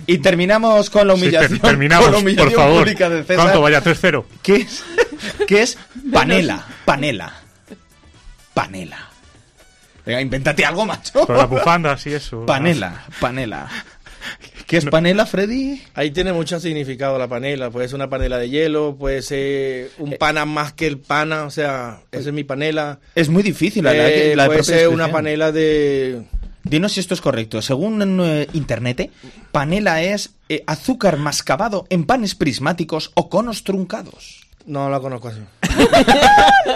Speaker 2: Y terminamos con la
Speaker 13: Sí, ter-
Speaker 2: humillación.
Speaker 13: terminamos,
Speaker 2: con la humillación
Speaker 13: por favor.
Speaker 2: pública de César.
Speaker 13: ¿Cuánto vaya? 3-0.
Speaker 2: ¿Qué es, que es panela, panela, panela. Venga, invéntate algo, macho.
Speaker 13: Con las bufandas y eso.
Speaker 2: Panela, panela. ¿Qué es panela, Freddy?
Speaker 11: Ahí tiene mucho significado la panela. Puede ser una panela de hielo, puede ser
Speaker 2: Eh.
Speaker 11: un pana más que el pana. O sea, esa es mi panela.
Speaker 2: Es muy difícil, la,
Speaker 11: Eh,
Speaker 2: verdad, que la
Speaker 11: puede
Speaker 2: propia
Speaker 11: ser una
Speaker 2: descripción.
Speaker 11: panela de...
Speaker 2: Dinos si esto es correcto. Según eh, Internet, panela es eh, azúcar mascabado en panes prismáticos o conos truncados.
Speaker 11: No la conozco así.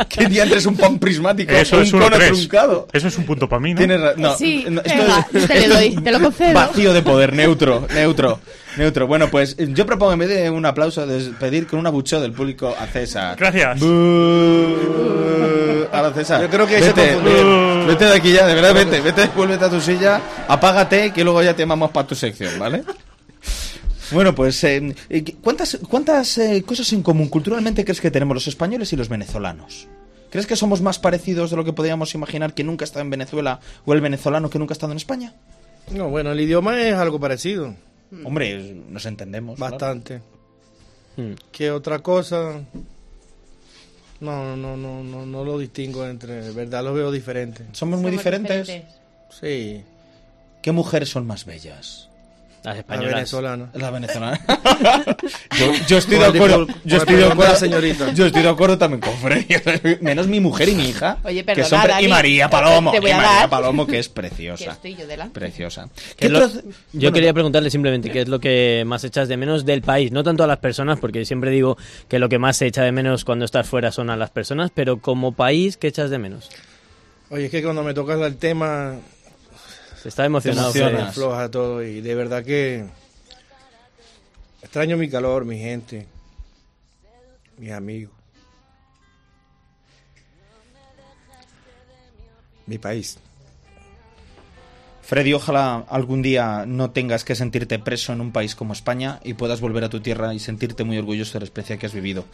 Speaker 2: ¿Qué diantres es un pan prismático?
Speaker 13: Eso
Speaker 2: un
Speaker 13: es uno
Speaker 2: cono
Speaker 13: tres.
Speaker 2: truncado.
Speaker 13: Eso es un punto para mí, ¿no?
Speaker 2: Tienes ra- no,
Speaker 4: Sí,
Speaker 2: no,
Speaker 4: venga, te lo doy, te lo concedo.
Speaker 2: Vacío de poder, neutro, neutro, neutro. Bueno, pues eh, yo propongo en vez de un aplauso despedir con un abucheo del público a César.
Speaker 13: Gracias.
Speaker 2: Ahora César.
Speaker 11: Yo creo que se
Speaker 2: vete,
Speaker 11: confundieron.
Speaker 2: vete de aquí ya, de verdad, vete, vete, vuélvete a tu silla, apágate que luego ya te vamos para tu sección, ¿vale? Bueno, pues eh, eh, ¿cuántas, cuántas eh, cosas en común culturalmente crees que tenemos los españoles y los venezolanos? ¿Crees que somos más parecidos de lo que podíamos imaginar que nunca está en Venezuela o el venezolano que nunca ha estado en España?
Speaker 11: No, bueno, el idioma es algo parecido.
Speaker 2: Hmm. Hombre, nos entendemos. claro.
Speaker 11: Bastante.
Speaker 3: Hmm.
Speaker 11: ¿Qué otra cosa? No, no, no, no, no lo distingo entre... de verdad lo veo diferente.
Speaker 2: Somos muy diferentes.
Speaker 11: Sí.
Speaker 2: ¿Qué mujeres son más bellas?
Speaker 3: Las
Speaker 11: La
Speaker 3: españolas.
Speaker 11: venezolana.
Speaker 2: La venezolana. yo, yo estoy
Speaker 11: Con
Speaker 2: de
Speaker 11: el
Speaker 2: acuerdo.
Speaker 11: diploma-
Speaker 2: Yo estoy
Speaker 11: con el
Speaker 2: de
Speaker 11: diploma
Speaker 2: acuerdo,
Speaker 11: de señorita.
Speaker 2: Yo estoy de acuerdo también con Freddy. Menos mi mujer y mi hija.
Speaker 4: Oye,
Speaker 2: que
Speaker 4: perdona,
Speaker 2: son pre-
Speaker 4: Dani,
Speaker 2: y María Palomo.
Speaker 4: te voy
Speaker 2: y
Speaker 4: a
Speaker 2: María
Speaker 4: dar.
Speaker 2: Palomo, que es
Speaker 4: Que
Speaker 2: preciosa.
Speaker 4: estoy yo delante.
Speaker 2: Preciosa.
Speaker 3: Que
Speaker 2: ¿Qué
Speaker 3: lo-
Speaker 2: trozo-
Speaker 3: yo
Speaker 2: Bueno,
Speaker 3: quería preguntarle simplemente qué es lo que más echas de menos del país, no tanto a las personas, porque siempre digo que lo que más se echa de menos cuando estás fuera son a las personas, pero como país, ¿qué echas de menos?
Speaker 11: Oye, es que cuando me tocas el tema,
Speaker 3: Se está emocionado.
Speaker 11: se me
Speaker 2: emocionas.
Speaker 3: Fede.
Speaker 11: afloja todo y de verdad que extraño mi calor, mi gente, mis amigos, mi país.
Speaker 2: Freddy, ojalá algún día no tengas que sentirte preso en un país como España y puedas volver a tu tierra y sentirte muy orgulloso de la experiencia que has vivido.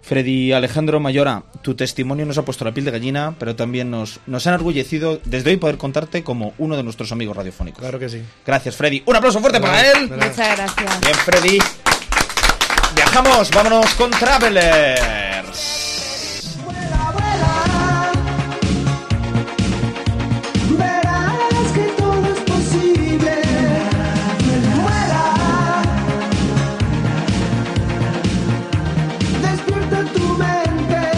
Speaker 2: Freddy Alejandro Mayora, tu testimonio nos ha puesto la piel de gallina, pero también nos, nos ha enorgullecido desde hoy poder contarte como uno de nuestros amigos radiofónicos.
Speaker 11: Claro que sí.
Speaker 2: Gracias, Freddy. Un aplauso fuerte para él.
Speaker 4: Muchas gracias.
Speaker 2: Bien, Freddy. Viajamos, vámonos con Travelers.
Speaker 6: Verás que todo es posible. Vuela. Despierta tu mente.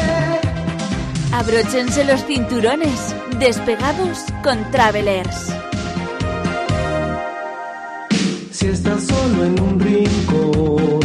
Speaker 1: Abróchense los cinturones. Despegados con Travelers.
Speaker 6: Si estás solo en un rincón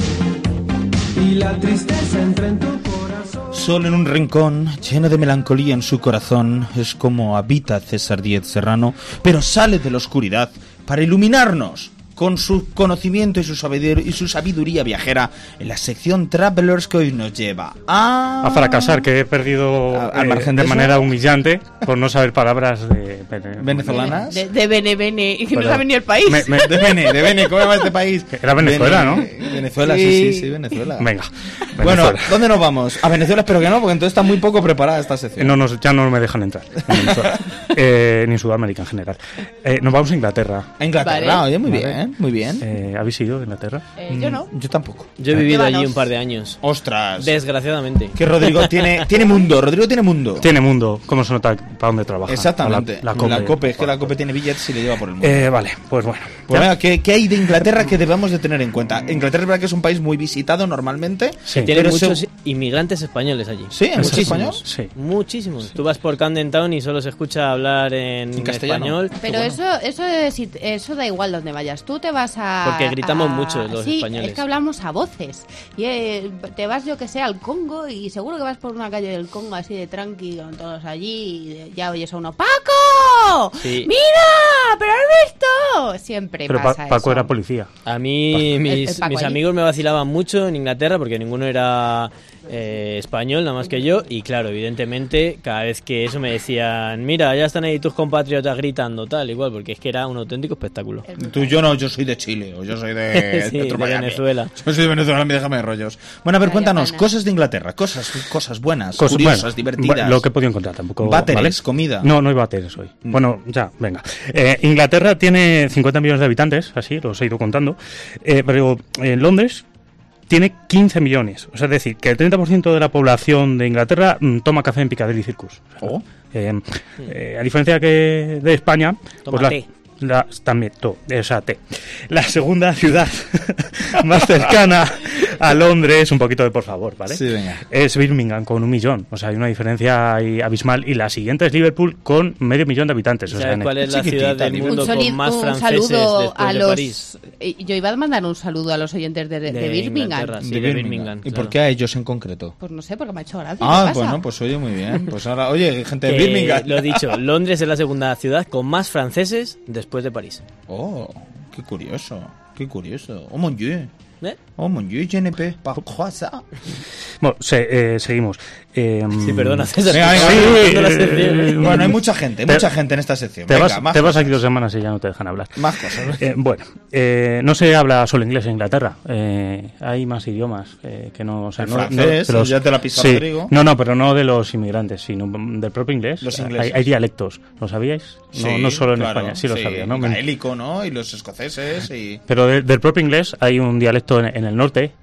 Speaker 6: y la tristeza entra en tu corazón.
Speaker 2: Solo en un rincón, lleno de melancolía en su corazón, es como habita César Díez Serrano, pero sale de la oscuridad para iluminarnos con su conocimiento y su, sabidur- y su sabiduría viajera en la sección Travelers que hoy nos lleva a...
Speaker 13: A fracasar, que he perdido
Speaker 2: A- al
Speaker 13: eh,
Speaker 2: margen
Speaker 13: de
Speaker 2: de eso.
Speaker 13: manera humillante por no saber palabras de vene-
Speaker 2: ¿Venezolanas?
Speaker 4: De, de Bene Bene, y que no
Speaker 13: Pero-
Speaker 4: sabe ni el país.
Speaker 13: Me- me-
Speaker 2: De Bene, de Bene, ¿cómo llama este país?
Speaker 13: Era Venezuela, ¿no?
Speaker 2: Bene- Venezuela, sí,
Speaker 4: Sí.
Speaker 2: sí, sí, Venezuela.
Speaker 13: Venga.
Speaker 2: Bueno,
Speaker 13: Venezuela.
Speaker 2: ¿dónde nos vamos? A Venezuela espero que no, porque entonces está muy poco preparada esta
Speaker 13: Eh,
Speaker 2: sección.
Speaker 13: No nos, ya no me dejan entrar. en Venezuela. Eh, ni en Sudamérica en general. Eh, nos vamos a Inglaterra.
Speaker 2: A Inglaterra,
Speaker 4: Vale.
Speaker 2: oye, muy
Speaker 13: Vale.
Speaker 2: bien, muy bien.
Speaker 13: Eh, ¿Habéis ido a Inglaterra?
Speaker 4: Eh, yo no.
Speaker 2: Mm, Yo tampoco.
Speaker 3: Yo he vivido allí
Speaker 4: Llévanos.
Speaker 3: un par de años,
Speaker 2: Ostras.
Speaker 3: desgraciadamente.
Speaker 2: Que Rodrigo tiene, tiene mundo, Rodrigo tiene mundo.
Speaker 13: Tiene mundo. ¿Cómo se nota para dónde trabaja?
Speaker 2: Exactamente.
Speaker 13: La, la COPE.
Speaker 2: es que la COPE tiene billetes y le lleva por el mundo.
Speaker 13: Eh, vale, pues bueno.
Speaker 2: Pues
Speaker 13: Ya.
Speaker 2: venga, ¿qué, qué hay de Inglaterra que debamos de tener en cuenta? Inglaterra es verdad que es un país muy visitado normalmente.
Speaker 13: Sí.
Speaker 3: Tienen
Speaker 2: pero se-
Speaker 3: muchos inmigrantes españoles allí.
Speaker 2: Sí, ¿hay muchos españoles?
Speaker 13: Sí.
Speaker 3: Muchísimos. Tú vas por Camden Town y solo se escucha hablar en,
Speaker 2: En castellano.
Speaker 3: español.
Speaker 4: Pero eso, eso, es- eso da igual donde vayas. Tú te vas a.
Speaker 3: Porque gritamos
Speaker 4: a-
Speaker 3: mucho los
Speaker 4: sí,
Speaker 3: españoles.
Speaker 4: Es que hablamos a voces. Y eh, te vas, yo que sé, al Congo y seguro que vas por una calle del Congo así de tranqui con todos allí y ya oyes a uno: ¡Paco!
Speaker 3: Sí.
Speaker 4: ¡Mira! ¡Pero has visto! Siempre
Speaker 13: Pero Pa-
Speaker 4: pasa
Speaker 13: Paco
Speaker 4: eso.
Speaker 13: era policía.
Speaker 3: A mí
Speaker 4: El- el
Speaker 3: mis,
Speaker 4: Paco
Speaker 3: mis
Speaker 4: allí.
Speaker 3: amigos me vacilaban mucho en Inglaterra porque ninguno era eh, español, nada más que yo. Y claro, evidentemente, cada vez que eso me decían, mira, ya están ahí tus compatriotas gritando, tal, igual, porque es que era un auténtico espectáculo.
Speaker 2: Tú, yo no, yo soy de Chile, o yo soy de,
Speaker 3: Sí,
Speaker 2: de otro
Speaker 3: de
Speaker 2: Miami.
Speaker 3: Venezuela.
Speaker 2: Yo soy de Venezuela, me déjame de rollos. Bueno, a ver,
Speaker 4: Vale,
Speaker 2: cuéntanos,
Speaker 4: pana.
Speaker 2: cosas de Inglaterra, cosas, cosas buenas,
Speaker 13: Cosas-
Speaker 2: curiosas,
Speaker 13: bueno,
Speaker 2: divertidas.
Speaker 13: bu- Lo que he podido encontrar tampoco.
Speaker 2: Váteres,
Speaker 13: ¿vale?
Speaker 2: comida. Mm.
Speaker 13: No, no hay váteres hoy. Bueno, ya, venga. Eh, Inglaterra tiene 50 millones de habitantes, así los he ido contando. Eh, pero eh, Londres tiene 15 millones. O sea, es decir, que el 30% de la población de Inglaterra mm, toma café en Piccadilly Circus. O sea,
Speaker 2: Oh.
Speaker 13: eh, eh, a diferencia que de España,
Speaker 12: Toma
Speaker 13: pues la-
Speaker 12: té.
Speaker 13: la- también, to- eh, o sea, té. La segunda ciudad más cercana a Londres, un poquito de por favor, ¿vale?
Speaker 2: Sí, venga.
Speaker 13: Es Birmingham con un millón. O sea, hay una diferencia ahí abismal. Y la siguiente es Liverpool con medio millón de habitantes. O sea,
Speaker 3: ¿Sabes
Speaker 13: en-
Speaker 3: cuál es la ciudad del
Speaker 13: Liverpool.
Speaker 3: mundo
Speaker 4: soli-
Speaker 3: con más
Speaker 4: un
Speaker 3: franceses
Speaker 4: saludo
Speaker 3: después
Speaker 4: a
Speaker 3: de
Speaker 4: los.
Speaker 3: París?
Speaker 4: eh, Yo iba a mandar un saludo a los oyentes de, de
Speaker 3: De
Speaker 4: Birmingham.
Speaker 3: Inglaterra, sí,
Speaker 2: De
Speaker 3: de
Speaker 2: Birmingham.
Speaker 3: Birmingham,
Speaker 2: ¿Y
Speaker 3: claro.
Speaker 2: por qué a ellos en concreto?
Speaker 4: Pues no sé, porque me ha hecho gracia. ¿qué
Speaker 2: Ah,
Speaker 4: pasa?
Speaker 2: bueno, pues oye, muy bien. Pues ahora, oye, gente de
Speaker 3: Que,
Speaker 2: Birmingham.
Speaker 3: Lo dicho, Londres es la segunda ciudad con más franceses después de París.
Speaker 2: Oh, qué curioso, qué curioso. Oh, mon dieu.
Speaker 3: ¿Eh?
Speaker 2: Oh, mon dieu, JNP. Pa- croix ça.
Speaker 13: Bueno, se- eh, seguimos. Eh,
Speaker 3: Sí, perdona, César.
Speaker 2: Venga, venga,
Speaker 13: sí,
Speaker 2: venga.
Speaker 13: eh, eh,
Speaker 2: Bueno, hay mucha gente,
Speaker 13: te-
Speaker 2: mucha gente en esta sección.
Speaker 13: Te,
Speaker 2: Venga,
Speaker 13: vas,
Speaker 2: más
Speaker 13: te vas
Speaker 2: cosas.
Speaker 13: aquí dos semanas y ya no te dejan hablar.
Speaker 2: Más cosas.
Speaker 13: Eh, bueno, eh, no se habla solo inglés en Inglaterra. Eh, hay más idiomas eh, que no... o sea,
Speaker 2: El
Speaker 13: no- no-
Speaker 2: francés,
Speaker 13: de los-
Speaker 2: ya te la ha pisado
Speaker 13: sí.
Speaker 2: Rodrigo.
Speaker 13: No, no, pero no de los inmigrantes, sino del propio inglés.
Speaker 2: Los
Speaker 13: Hay-
Speaker 2: ingleses.
Speaker 13: Hay, dialectos, ¿lo sabíais? No,
Speaker 2: Sí,
Speaker 13: no solo en
Speaker 2: claro,
Speaker 13: España, sí lo sabía, ¿no? Me-
Speaker 2: gaélico, ¿no? Y los escoceses y...
Speaker 13: Pero de- del propio inglés hay un dialecto en, en el norte.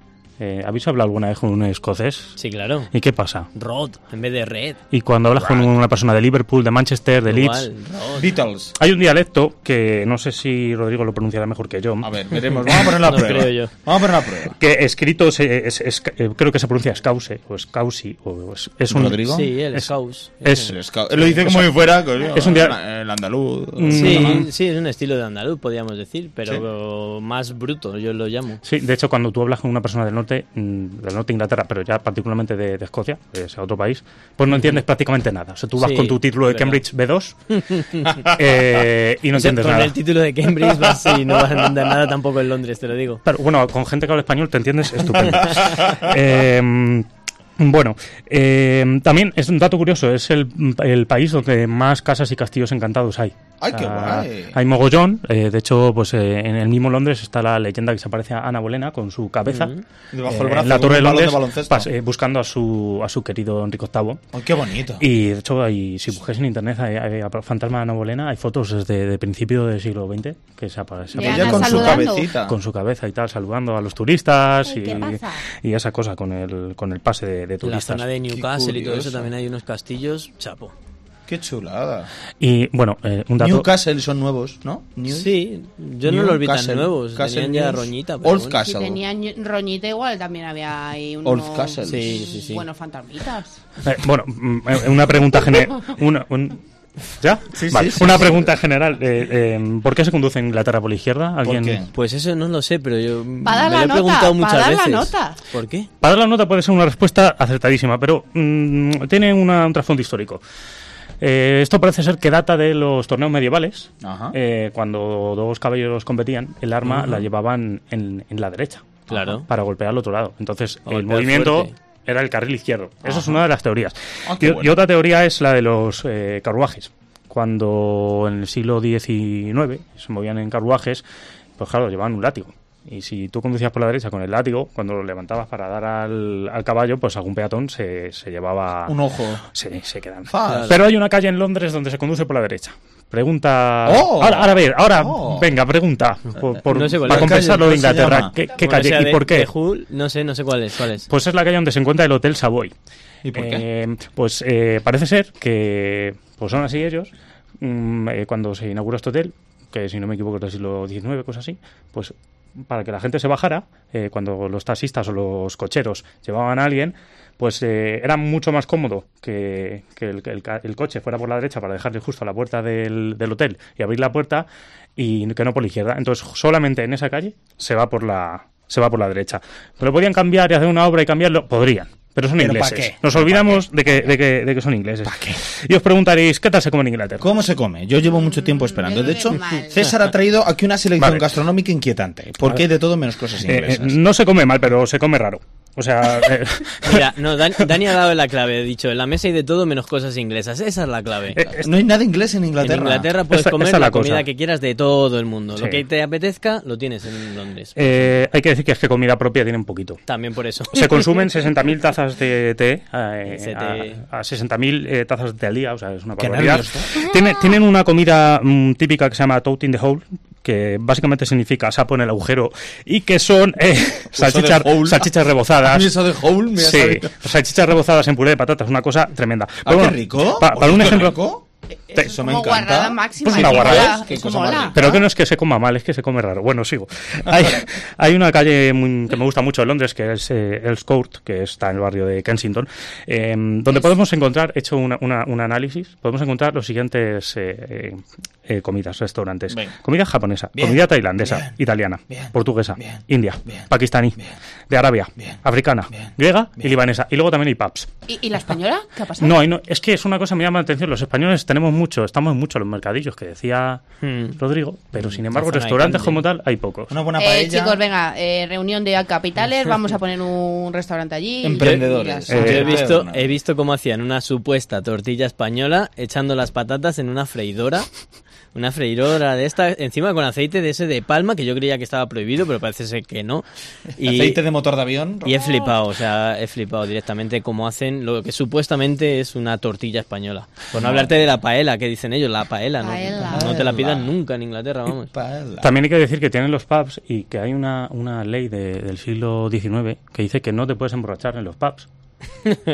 Speaker 13: Eh, ¿Habéis hablado alguna vez con un escocés?
Speaker 3: Sí, claro.
Speaker 13: ¿Y qué pasa?
Speaker 3: Rod en vez de Red.
Speaker 13: Y cuando hablas con una persona de Liverpool, de Manchester, de Leeds,
Speaker 3: Igual, Rod.
Speaker 2: Beatles.
Speaker 13: Hay un dialecto que no sé si Rodrigo lo pronunciará mejor que yo.
Speaker 2: A ver, veremos. Vamos a poner la
Speaker 3: No
Speaker 2: prueba.
Speaker 3: creo yo.
Speaker 2: Vamos a poner la prueba.
Speaker 13: Que escrito, se- es- es- eh, creo que se pronuncia Scause o Scausi. O es, es un,
Speaker 2: ¿Rodrigo?
Speaker 3: Sí, el
Speaker 13: es-
Speaker 3: Scouse.
Speaker 13: Es,
Speaker 2: El esca- Lo dice como si fuera... coño,
Speaker 13: es un dia-
Speaker 2: El andaluz.
Speaker 3: Sí,
Speaker 13: Mm.
Speaker 3: sí, es un estilo de andaluz, podríamos decir, pero más bruto, yo lo llamo.
Speaker 13: Sí, de hecho, cuando tú hablas con una persona del norte, mm, del norte de Inglaterra, pero ya particularmente de, de Escocia, que es otro país, pues no entiendes prácticamente nada. O sea, tú vas
Speaker 3: Sí,
Speaker 13: con tu título de
Speaker 3: verdad.
Speaker 13: Cambridge B2 eh, y no
Speaker 3: O sea,
Speaker 13: entiendes
Speaker 3: con
Speaker 13: nada.
Speaker 3: el título de Cambridge vas y no vas a entender nada tampoco en Londres, te lo digo.
Speaker 13: Pero bueno, con gente que habla español te entiendes estupendo. Eh, bueno, eh, también es un dato curioso, es el, el país donde más casas y castillos encantados hay.
Speaker 2: Ay, qué
Speaker 13: Ah,
Speaker 2: guay.
Speaker 13: Hay mogollón, eh, de hecho, pues eh, en el mismo Londres está la leyenda que se aparece a Ana Bolena con su cabeza
Speaker 3: Ujú.
Speaker 2: Debajo
Speaker 13: eh,
Speaker 2: del brazo,
Speaker 13: en la
Speaker 2: con
Speaker 13: Torre
Speaker 2: un balón de
Speaker 13: de Londres
Speaker 2: baloncesto.
Speaker 13: pas- eh, buscando a su, a su querido Enrique VIII.
Speaker 2: Ay, qué bonito.
Speaker 13: Y de hecho, hay, si buscáis en internet, hay, hay a Fantasma de Ana Bolena, hay fotos desde de principio del siglo XX que se aparece.
Speaker 4: Y
Speaker 2: Ella
Speaker 4: Ana
Speaker 2: con
Speaker 4: saludando.
Speaker 2: su cabecita.
Speaker 13: Con su cabeza y tal, saludando a los turistas
Speaker 4: Ay, ¿qué pasa?
Speaker 13: y, y esa cosa con el, con el pase de, de
Speaker 3: La
Speaker 13: turistas. ¿eh?
Speaker 3: zona de Newcastle y todo eso
Speaker 2: curioso.
Speaker 3: también hay unos castillos, chapo.
Speaker 2: Qué chulada.
Speaker 13: Y bueno, eh, un dato.
Speaker 2: Newcastle son nuevos, ¿no? New-
Speaker 3: Sí, yo no
Speaker 2: New
Speaker 3: los vi tan
Speaker 2: Castle.
Speaker 3: nuevos,
Speaker 2: Castle
Speaker 3: tenían ya
Speaker 2: News.
Speaker 3: roñita. pero
Speaker 2: Old
Speaker 3: bueno.
Speaker 4: Si
Speaker 2: Castle.
Speaker 4: tenían roñita igual, también había ahí unos
Speaker 2: Old Castle.
Speaker 3: Sí, sí, sí.
Speaker 4: buenos fantasmitas.
Speaker 13: Eh, bueno, mm, eh, una pregunta general. Una, un- ¿Ya? Vale, una pregunta general. eh, eh, ¿Por qué se conduce en Inglaterra por la izquierda? ¿Alguien?
Speaker 2: qué?
Speaker 3: Pues eso no lo sé, pero yo
Speaker 4: Pa' dar
Speaker 3: me lo
Speaker 4: la
Speaker 3: he
Speaker 4: nota,
Speaker 3: preguntado
Speaker 4: pa'
Speaker 3: muchas
Speaker 4: dar la
Speaker 3: veces.
Speaker 4: nota.
Speaker 3: ¿Por qué?
Speaker 13: Para dar la nota puede ser una respuesta acertadísima, pero mm, tiene una- un trasfondo histórico. Eh, esto parece ser que data de los torneos medievales,
Speaker 2: Ajá.
Speaker 13: eh, cuando dos caballeros competían, el arma la llevaban en, en la derecha
Speaker 3: Claro.
Speaker 13: para golpear al otro lado. Entonces
Speaker 3: O
Speaker 13: el
Speaker 3: golpear
Speaker 13: movimiento
Speaker 3: fuerte.
Speaker 13: era el carril izquierdo. Esa es una de las teorías.
Speaker 2: Ah,
Speaker 13: y,
Speaker 2: qué bueno.
Speaker 13: y otra teoría es la de los eh, carruajes. Cuando en el siglo XIX se movían en carruajes, pues claro, llevaban un látigo. Y si tú conducías por la derecha con el látigo, cuando lo levantabas para dar al, al caballo, pues algún peatón se, se llevaba...
Speaker 2: Un ojo.
Speaker 13: Se, se quedan.
Speaker 2: Fas.
Speaker 13: Pero hay una calle en Londres donde se conduce por la derecha. Pregunta...
Speaker 2: Oh.
Speaker 13: Ahora, ahora a ver, ahora,
Speaker 2: Oh.
Speaker 13: venga, pregunta. por- por-
Speaker 3: No sé cuál es.
Speaker 13: para compensar lo de
Speaker 2: ¿Cómo se
Speaker 13: Inglaterra.
Speaker 2: llama?
Speaker 13: ¿Qué, qué
Speaker 3: Bueno,
Speaker 13: calle
Speaker 3: o sea,
Speaker 13: y
Speaker 3: de-
Speaker 13: por qué?
Speaker 3: de Hull, no sé, no sé cuál es, cuál es.
Speaker 13: Pues es la calle donde se encuentra el Hotel Savoy.
Speaker 2: ¿Y por
Speaker 13: Eh, pues eh, parece ser que pues son así ellos. mm, eh, cuando se inauguró este hotel, que si no me equivoco es del siglo XIX, cosas así, pues para que la gente se bajara, eh, cuando los taxistas o los cocheros llevaban a alguien, pues eh, era mucho más cómodo que, que el, que el ca- el coche fuera por la derecha para dejarle justo a la puerta del, del hotel y abrir la puerta y que no por la izquierda. Entonces solamente en esa calle se va por la se va por la derecha. Pero podían cambiar y hacer una obra y cambiarlo, podrían. Pero son
Speaker 2: ¿Pero pa'
Speaker 13: ingleses.
Speaker 2: qué?
Speaker 13: Nos olvidamos de que, de, que, de que son ingleses. Y os preguntaréis, ¿qué tal se come en Inglaterra?
Speaker 2: ¿Cómo se come? Yo llevo mucho tiempo esperando.
Speaker 4: yo
Speaker 2: De
Speaker 4: creo
Speaker 2: hecho,
Speaker 4: que mal.
Speaker 2: César ha traído aquí una selección
Speaker 13: Vale.
Speaker 2: gastronómica inquietante. Porque hay de todo menos cosas
Speaker 13: Eh, eh,
Speaker 2: inglesas.
Speaker 13: no se come mal, pero se come raro. O sea, eh,
Speaker 3: Mira, no, Dan- Dani ha dado la clave, he dicho, en la mesa hay de todo menos cosas inglesas, esa es la clave.
Speaker 13: eh,
Speaker 2: no hay nada inglés en Inglaterra.
Speaker 3: En Inglaterra puedes
Speaker 13: Esta-
Speaker 3: comer
Speaker 13: esta es
Speaker 3: la,
Speaker 13: la cosa.
Speaker 3: comida que quieras de todo el mundo.
Speaker 13: Sí.
Speaker 3: Lo que te apetezca lo tienes en Londres.
Speaker 13: eh, hay que decir que es que comida propia tienen poquito.
Speaker 3: También por eso.
Speaker 13: Se consumen 60.000 tazas de té,
Speaker 3: Ese
Speaker 13: eh,
Speaker 3: té.
Speaker 13: a, a 60.000 eh, tazas de al día, o sea, es una
Speaker 2: Qué
Speaker 13: barbaridad.
Speaker 2: nervios,
Speaker 13: Tiene- tienen una comida mm, típica que se llama toad in the hole, que básicamente significa sapo en el agujero, y que son eh, salchichas,
Speaker 2: de Howl.
Speaker 13: salchichas rebozadas.
Speaker 2: Eso de Howl me ha
Speaker 13: Sí,
Speaker 2: sabido.
Speaker 13: salchichas rebozadas en puré de patatas, una cosa tremenda.
Speaker 2: Ah,
Speaker 13: Pero
Speaker 2: qué
Speaker 13: bueno,
Speaker 2: rico.
Speaker 13: pa- para
Speaker 2: Oye,
Speaker 13: un
Speaker 2: qué
Speaker 13: ejemplo.
Speaker 2: rico.
Speaker 13: te-
Speaker 2: Eso me encanta.
Speaker 13: pues una guarrada.
Speaker 2: Qué cosa más rica.
Speaker 13: Pero que no es que se coma mal, es que se come raro. Bueno, sigo. Hay, hay una calle muy- que me gusta mucho en Londres, que es eh, Earls Court, que está en el barrio de Kensington, eh, donde podemos encontrar, he hecho una- una- un análisis, podemos encontrar los siguientes eh, eh, comidas, restaurantes.
Speaker 2: Venga.
Speaker 13: Comida japonesa,
Speaker 2: Bien.
Speaker 13: comida tailandesa, italiana, portuguesa, india, pakistaní, de Arabia, africana, griega y libanesa. Y luego también hay pubs.
Speaker 4: ¿Y, y la española? ¿Qué ha pasado?
Speaker 13: No, y no, es que es una cosa que me llama la atención. Los españoles tenemos mucho, estamos mucho en los mercadillos, que decía Rodrigo, pero sin embargo,
Speaker 2: La Hmm. zona de
Speaker 13: restaurantes
Speaker 2: Candel.
Speaker 13: como tal hay pocos.
Speaker 2: Una buena
Speaker 4: Eh, chicos, venga, eh, reunión de capitales, vamos a poner un restaurante allí. y-
Speaker 3: Yo he visto, he visto cómo hacían una supuesta tortilla española echando las patatas en una freidora. Una freidora de esta, encima con aceite de ese de palma, que yo creía que estaba prohibido, pero parece ser que no.
Speaker 2: Aceite de motor de avión.
Speaker 3: Y he flipado, o sea, he flipado directamente cómo hacen lo que supuestamente es una tortilla española. Por no hablarte de la paela, que dicen ellos, la paela, ¿no?
Speaker 2: Paela.
Speaker 3: No te la pidan nunca en Inglaterra, vamos.
Speaker 13: También hay que decir que tienen los pubs y que hay una, una ley de- del siglo XIX que dice que no te puedes emborrachar en los pubs.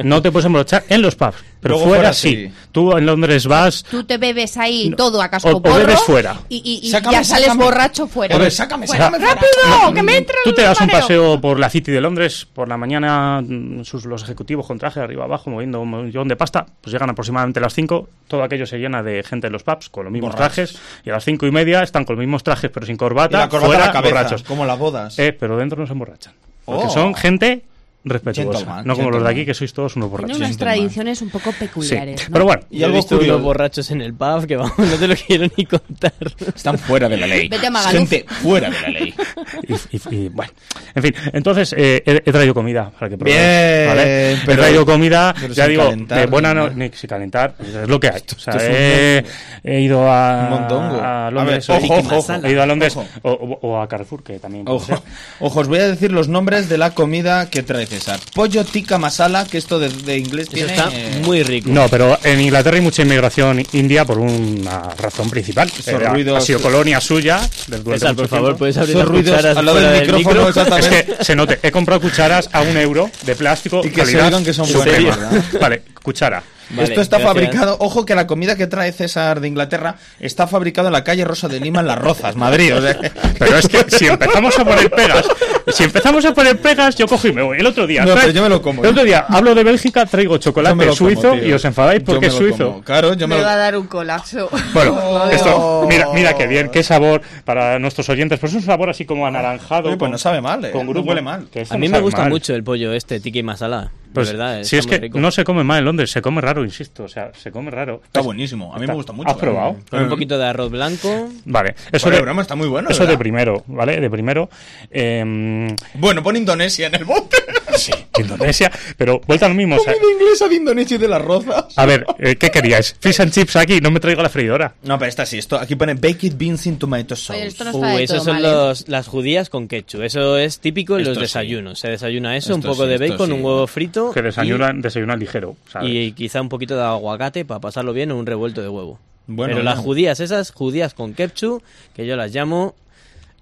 Speaker 13: No te puedes emborrachar en los pubs, pero
Speaker 2: Luego
Speaker 13: fuera,
Speaker 2: fuera
Speaker 13: sí.
Speaker 2: sí.
Speaker 13: Tú en Londres vas,
Speaker 4: Tú te bebes ahí todo a
Speaker 13: O-
Speaker 4: casco
Speaker 13: o bebes fuera.
Speaker 4: Y, y- y
Speaker 2: Sácame,
Speaker 4: ya sales
Speaker 2: sácame.
Speaker 4: borracho fuera.
Speaker 13: A ver, sácame,
Speaker 4: Fuera.
Speaker 13: sácame fuera.
Speaker 4: ¡Rápido! ¡Que me entra
Speaker 13: Tú
Speaker 4: el
Speaker 13: te das un
Speaker 4: mareo!
Speaker 13: paseo por la City de Londres, por la mañana mm, sus, los ejecutivos con traje arriba abajo moviendo un millón de pasta, pues llegan aproximadamente a las 5, todo aquello se llena de gente en los pubs con los mismos
Speaker 2: Borrachos.
Speaker 13: trajes y a las 5 y media están con los mismos trajes pero sin corbata,
Speaker 2: Y la corbata
Speaker 13: fuera,
Speaker 2: a la cabeza,
Speaker 13: borrachos.
Speaker 2: como las bodas.
Speaker 13: Eh, pero dentro no se emborrachan. Porque
Speaker 2: Oh.
Speaker 13: son gente respetuosa,
Speaker 2: Gentleman,
Speaker 13: no como los de
Speaker 2: gentleman.
Speaker 13: aquí que sois todos unos
Speaker 4: Tiene
Speaker 13: borrachos.
Speaker 4: unas tradiciones un poco peculiares.
Speaker 13: Sí.
Speaker 4: ¿no?
Speaker 13: Pero bueno,
Speaker 3: Y algo curioso. borrachos en el pub que vamos, no te lo quiero ni contar.
Speaker 2: Están fuera de la ley.
Speaker 4: Vete a Magaluf.
Speaker 2: Gente fuera de la ley.
Speaker 13: y, y- y, bueno, en fin, entonces eh, he, he traído comida para que probéis.
Speaker 2: Bien,
Speaker 13: ¿vale?
Speaker 2: pero-
Speaker 13: he traído comida,
Speaker 2: pero
Speaker 13: ya
Speaker 2: sin
Speaker 13: digo,
Speaker 2: calentar
Speaker 13: de buena
Speaker 2: ni
Speaker 13: no,
Speaker 2: nada.
Speaker 13: ni sin calentar, es lo que hay. O sea,
Speaker 2: esto es un
Speaker 13: he, he ido a,
Speaker 2: Un mondongo.
Speaker 13: a Londres,
Speaker 2: A ver, ojo,
Speaker 13: he-
Speaker 2: ojo, ojo.
Speaker 13: he ido a Londres
Speaker 2: Ojo.
Speaker 13: o, o- o a Carrefour, que también. puede
Speaker 2: Ojo,
Speaker 13: ser.
Speaker 2: ojo, os voy a decir los nombres de la comida que trae César. Pollo tikka masala, que esto de, de inglés tiene... eh,
Speaker 3: rico.
Speaker 13: No, pero en Inglaterra hay mucha inmigración india por una razón principal. Era-
Speaker 2: ruidos-
Speaker 13: ha sido colonia suya. desde durante
Speaker 3: César,
Speaker 13: mucho
Speaker 3: por favor,
Speaker 13: tiempo.
Speaker 3: ¿puedes abrir Esos las ruidos cucharas al lado fuera del del micrófono, micro?
Speaker 13: Es
Speaker 3: exactamente.
Speaker 13: que se note. He comprado cucharas a un euro de plástico.
Speaker 2: Y que se
Speaker 13: calidad
Speaker 2: oigan que son buenas,
Speaker 13: superior.
Speaker 2: ¿verdad?
Speaker 13: Vale, cuchara.
Speaker 2: Esto está fabricado, ojo que la comida que trae César de Inglaterra está fabricada en la calle Rosa de Lima en Las Rozas, Madrid. o sea que-
Speaker 13: Pero es que si empezamos a poner pegas, si empezamos a poner pegas, yo cojo y me voy. El otro día,
Speaker 2: No,
Speaker 13: trae-
Speaker 2: pero yo me lo como,
Speaker 13: El otro
Speaker 2: ¿eh?
Speaker 13: día hablo de Bélgica, traigo chocolate
Speaker 2: Yo me lo como,
Speaker 13: suizo
Speaker 2: tío.
Speaker 13: y os enfadáis
Speaker 2: Yo
Speaker 13: porque
Speaker 2: me
Speaker 13: es
Speaker 2: lo
Speaker 13: suizo.
Speaker 2: como, Claro, yo me
Speaker 4: Me
Speaker 2: lo
Speaker 4: va a dar un colapso.
Speaker 13: Bueno, esto, mira, mira qué bien, qué sabor para nuestros oyentes. Pues es un sabor así como anaranjado.
Speaker 2: Oye, pues
Speaker 13: con-
Speaker 2: no sabe mal, ¿eh?
Speaker 13: Con
Speaker 2: No
Speaker 13: grumo.
Speaker 2: huele mal.
Speaker 13: Que esto
Speaker 3: A
Speaker 13: no
Speaker 3: mí me
Speaker 13: sabe
Speaker 3: gusta
Speaker 13: mal.
Speaker 3: mucho el pollo este, tiki masala.
Speaker 13: Pues,
Speaker 3: de verdad, eh, está
Speaker 13: si es
Speaker 3: muy
Speaker 13: que
Speaker 3: rico.
Speaker 13: no se come mal en Londres, se come raro, insisto. O sea, se come raro.
Speaker 2: Está buenísimo, a mí me gusta mucho,
Speaker 13: ¿Has
Speaker 2: ¿eh?
Speaker 13: probado?
Speaker 3: Con un poquito de arroz blanco.
Speaker 13: Vale, eso
Speaker 2: Fuera de
Speaker 13: de,
Speaker 2: broma, está muy bueno,
Speaker 13: Eso de
Speaker 2: ¿verdad?
Speaker 13: primero, ¿vale? De primero. Eh,
Speaker 2: Bueno, pon Indonesia en el bote.
Speaker 13: sí, Indonesia, pero vuelta a lo mismo. o sea,
Speaker 2: Comida inglesa de Indonesia y de Las Rozas.
Speaker 13: a ver, eh, ¿qué queríais? Fish and chips aquí, no me traigo la freidora.
Speaker 2: No, pero esta sí, esto aquí pone baked beans in tomato sauce.
Speaker 4: Oye, esto no está
Speaker 3: Uh,
Speaker 4: de
Speaker 3: esos
Speaker 4: todo
Speaker 3: son
Speaker 4: mal, ¿eh?
Speaker 3: los, las judías con ketchup. Eso es típico en los
Speaker 2: Esto sí.
Speaker 3: desayunos. Se desayuna eso, un
Speaker 2: Esto
Speaker 3: poco
Speaker 2: sí,
Speaker 3: de
Speaker 2: esto
Speaker 3: bacon,
Speaker 2: sí.
Speaker 3: un huevo frito.
Speaker 13: Que
Speaker 3: y-
Speaker 13: desayunan, desayunan ligero, ¿sabes?
Speaker 3: Y, quizá un poquito de aguacate para pasarlo bien o un revuelto de huevo.
Speaker 2: Bueno,
Speaker 3: Pero las
Speaker 2: bueno.
Speaker 3: judías, esas judías con ketchup, que yo las llamo,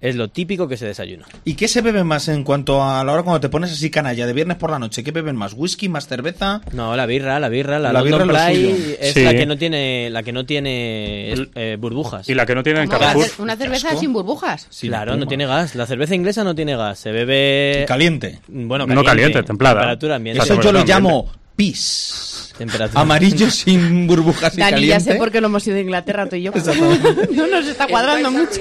Speaker 3: es lo típico que se desayuna.
Speaker 2: ¿Y qué se bebe más en cuanto a la hora cuando te pones así canalla de viernes por la noche? ¿Qué beben más? ¿Whisky, más cerveza?
Speaker 3: No, la birra, la birra, la,
Speaker 2: La
Speaker 3: London
Speaker 2: birra es lo
Speaker 3: Dry
Speaker 2: suyo.
Speaker 3: es
Speaker 13: Sí.
Speaker 3: la que no tiene, la que no tiene eh, burbujas.
Speaker 13: Y la que no tiene en
Speaker 4: Como
Speaker 13: Carrefour.
Speaker 4: una cer- Una cerveza sin burbujas.
Speaker 3: claro, no tiene gas. La cerveza inglesa no tiene gas. Se
Speaker 13: Eh,
Speaker 3: bebe.
Speaker 2: Caliente.
Speaker 3: Bueno,
Speaker 13: No caliente, templada.
Speaker 3: Temperatura ambiente.
Speaker 2: Eso yo
Speaker 13: temperatura
Speaker 2: lo
Speaker 13: ambiente.
Speaker 2: llamo pis.
Speaker 3: Temperatura.
Speaker 2: Amarillo sin burbujas y
Speaker 4: Dani, ya
Speaker 2: caliente.
Speaker 4: sé por qué lo hemos ido a Inglaterra tú y yo. no nos está cuadrando mucho.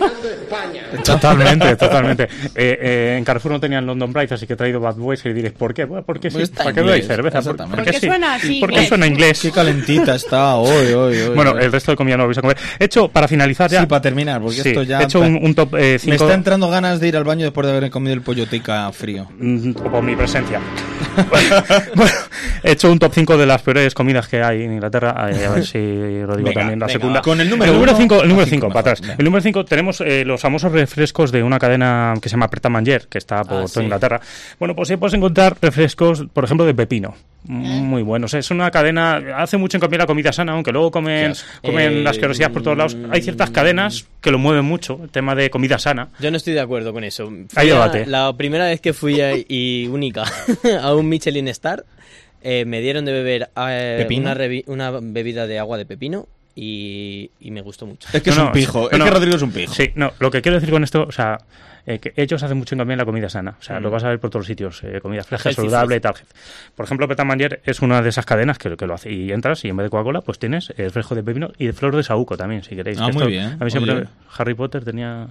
Speaker 13: Totalmente, totalmente. Eh, eh, en Carrefour no tenían London Pride, así que he traído Bad Boys y diréis, ¿por qué? Bueno, porque sí,
Speaker 2: Porque Pues está
Speaker 13: ¿para qué veis
Speaker 2: inglés,
Speaker 13: cerveza? ¿Por-
Speaker 2: exactamente.
Speaker 13: porque
Speaker 4: Porque
Speaker 13: sí?
Speaker 4: suena así, pues.
Speaker 13: Porque
Speaker 4: inglés.
Speaker 13: suena inglés.
Speaker 2: Qué calentita está hoy, hoy, hoy.
Speaker 13: Bueno, el resto de comida no lo vais a comer. He hecho, para finalizar ya...
Speaker 2: Sí, para terminar, porque
Speaker 13: Sí,
Speaker 2: esto ya...
Speaker 13: He hecho un, un top eh, 5...
Speaker 2: Me está entrando ganas de ir al baño después de haber comido el polloteca frío.
Speaker 13: Mm, por mi presencia. bueno, he hecho un top 5 de las peores comidas que hay en Inglaterra. eh, A ver si Rodrigo
Speaker 2: Venga,
Speaker 13: también la
Speaker 2: venga,
Speaker 13: secunda.
Speaker 2: va. Con el número
Speaker 13: el número
Speaker 2: uno,
Speaker 13: 5, el número
Speaker 2: así que
Speaker 13: 5
Speaker 2: mejor,
Speaker 13: para atrás.
Speaker 2: venga.
Speaker 13: El número 5 tenemos eh, los famosos refrescos de una cadena que se llama Pret a Manger, que está por
Speaker 3: Ah,
Speaker 13: toda
Speaker 3: sí.
Speaker 13: Inglaterra. Bueno, pues ahí puedes encontrar refrescos, por ejemplo, de pepino.
Speaker 2: Eh.
Speaker 13: muy buenos. Es una cadena, hace mucho hincapié en la comida sana, aunque luego comen, comen
Speaker 3: Eh,
Speaker 13: las asquerosidades por todos lados. Hay ciertas cadenas
Speaker 2: mm.
Speaker 13: que lo mueven mucho, el tema de comida sana.
Speaker 3: Yo no estoy de acuerdo con eso. Fui
Speaker 13: Hay
Speaker 3: a-
Speaker 13: debate.
Speaker 3: la primera vez que fui a- y única a un Michelin Star, eh, me dieron de beber eh,
Speaker 2: ¿Pepino?
Speaker 3: una, revi- una bebida de agua de pepino y, y me gustó mucho.
Speaker 13: No, no, no, no. Sí, no, lo que quiero decir con esto, o sea, eh, que ellos hacen mucho hincapié en la comida sana. O sea,
Speaker 3: Mm.
Speaker 13: lo vas a ver por todos los sitios, eh, comida fresca,
Speaker 3: Healthy
Speaker 13: saludable
Speaker 3: food.
Speaker 13: y tal. Por ejemplo, Petamanger es una de esas cadenas que, que lo hace. Y entras y en vez de Coca-Cola, pues tienes el fresco de pepino y el flor de saúco también, si queréis.
Speaker 2: Ah,
Speaker 13: Que
Speaker 2: muy bien.
Speaker 13: A mí siempre
Speaker 2: Oye.
Speaker 13: Harry Potter tenía...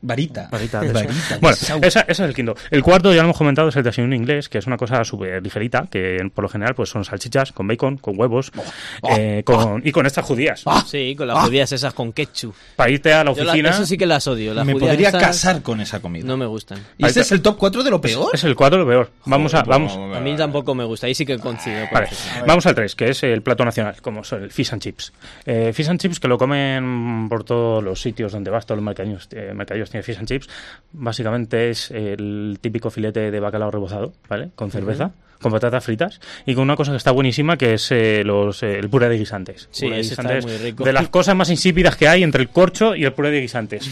Speaker 2: Varita.
Speaker 13: Varita. de eso.
Speaker 2: Varita de
Speaker 13: bueno,
Speaker 2: saúco.
Speaker 13: esa- ese es el quinto. El cuarto, ya lo hemos comentado, es el desayuno inglés, que es una cosa súper ligerita, que por lo general pues son salchichas con bacon, con huevos
Speaker 2: Oh,
Speaker 13: eh, con, y con estas judías.
Speaker 3: Sí, con las judías esas con ketchup.
Speaker 13: Para irte a la
Speaker 3: Yo la-
Speaker 13: oficina.
Speaker 3: eso sí que las odio. Las
Speaker 2: Me
Speaker 3: judías
Speaker 2: podría
Speaker 3: esas
Speaker 2: casar con esa comida.
Speaker 3: No me gustan.
Speaker 2: ¿Y este es el top 4 de lo peor?
Speaker 13: Es el 4 lo peor. Vamos
Speaker 3: pues
Speaker 13: a, vamos,
Speaker 3: A mí tampoco me gusta, ahí sí que coincido con
Speaker 13: Vale,
Speaker 3: César.
Speaker 13: vamos al 3, que es el plato nacional, como son el fish and chips. Eh, fish and chips que lo comen por todos los sitios donde vas, todos los mercadillos, eh, mercadillos tienen fish and chips. Básicamente es el típico filete de bacalao rebozado, ¿vale? Con cerveza, con patatas fritas y con una cosa que está buenísima que es eh, los, eh, el puré de guisantes.
Speaker 3: Sí,
Speaker 13: Puré de
Speaker 3: ese está muy rico.
Speaker 13: De las cosas más insípidas que hay entre el corcho y el puré de guisantes.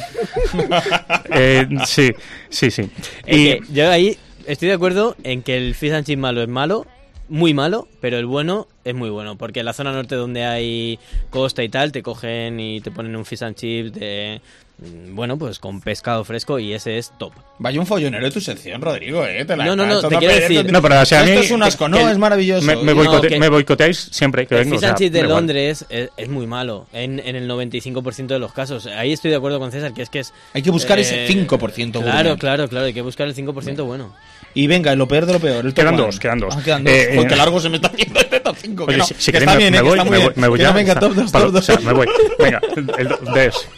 Speaker 13: Eh, sí, sí, sí.
Speaker 3: Y yo ahí estoy de acuerdo en que el fish and chip malo es malo, muy malo, pero el bueno es muy bueno, porque en la zona norte donde hay costa y tal, te cogen y te ponen un fish and chip de mm, bueno, pues con pescado fresco y ese es top.
Speaker 2: Vaya un follonero de tu sección, Rodrigo, ¿eh? Te la
Speaker 3: No, no,
Speaker 2: estás
Speaker 3: no, te
Speaker 2: dando a
Speaker 3: quiero
Speaker 2: perder.
Speaker 3: decir-
Speaker 2: No, pero, o sea, a
Speaker 13: mí-
Speaker 2: Esto es un asco, no,
Speaker 13: que-
Speaker 2: es maravilloso.
Speaker 13: Me, me
Speaker 2: Y-
Speaker 3: No,
Speaker 13: boicote-
Speaker 3: que-
Speaker 13: me boicoteáis siempre que
Speaker 3: el
Speaker 13: vengo.
Speaker 3: fish
Speaker 13: o sea,
Speaker 3: and chip
Speaker 13: da
Speaker 3: de
Speaker 13: igual.
Speaker 3: Londres es, es muy malo, en, en el 95% de los casos. Ahí estoy de acuerdo con César, que es que es... eh,
Speaker 2: Hay que buscar ese 5%
Speaker 3: Claro,
Speaker 2: gourmet.
Speaker 3: claro, claro, hay que buscar el 5% bueno.
Speaker 2: Y venga, lo peor de lo peor. El top
Speaker 13: Quedan
Speaker 2: one.
Speaker 13: dos, quedan dos.
Speaker 2: Ah, quedan dos.
Speaker 13: Eh,
Speaker 2: Joder,
Speaker 13: eh,
Speaker 2: qué largo se me está haciendo este top 5.
Speaker 13: Oye,
Speaker 2: que no,
Speaker 13: si, si
Speaker 2: que
Speaker 13: queréis
Speaker 2: está
Speaker 13: me,
Speaker 2: bien,
Speaker 13: me
Speaker 2: eh, que
Speaker 13: voy,
Speaker 2: está muy
Speaker 13: me voy,
Speaker 2: bien.
Speaker 13: me voy
Speaker 2: Que
Speaker 13: ya.
Speaker 2: no, venga,
Speaker 13: Está-
Speaker 2: top 2,
Speaker 13: para-
Speaker 2: top 2.
Speaker 13: o sea, me voy. Venga, el, el do- des.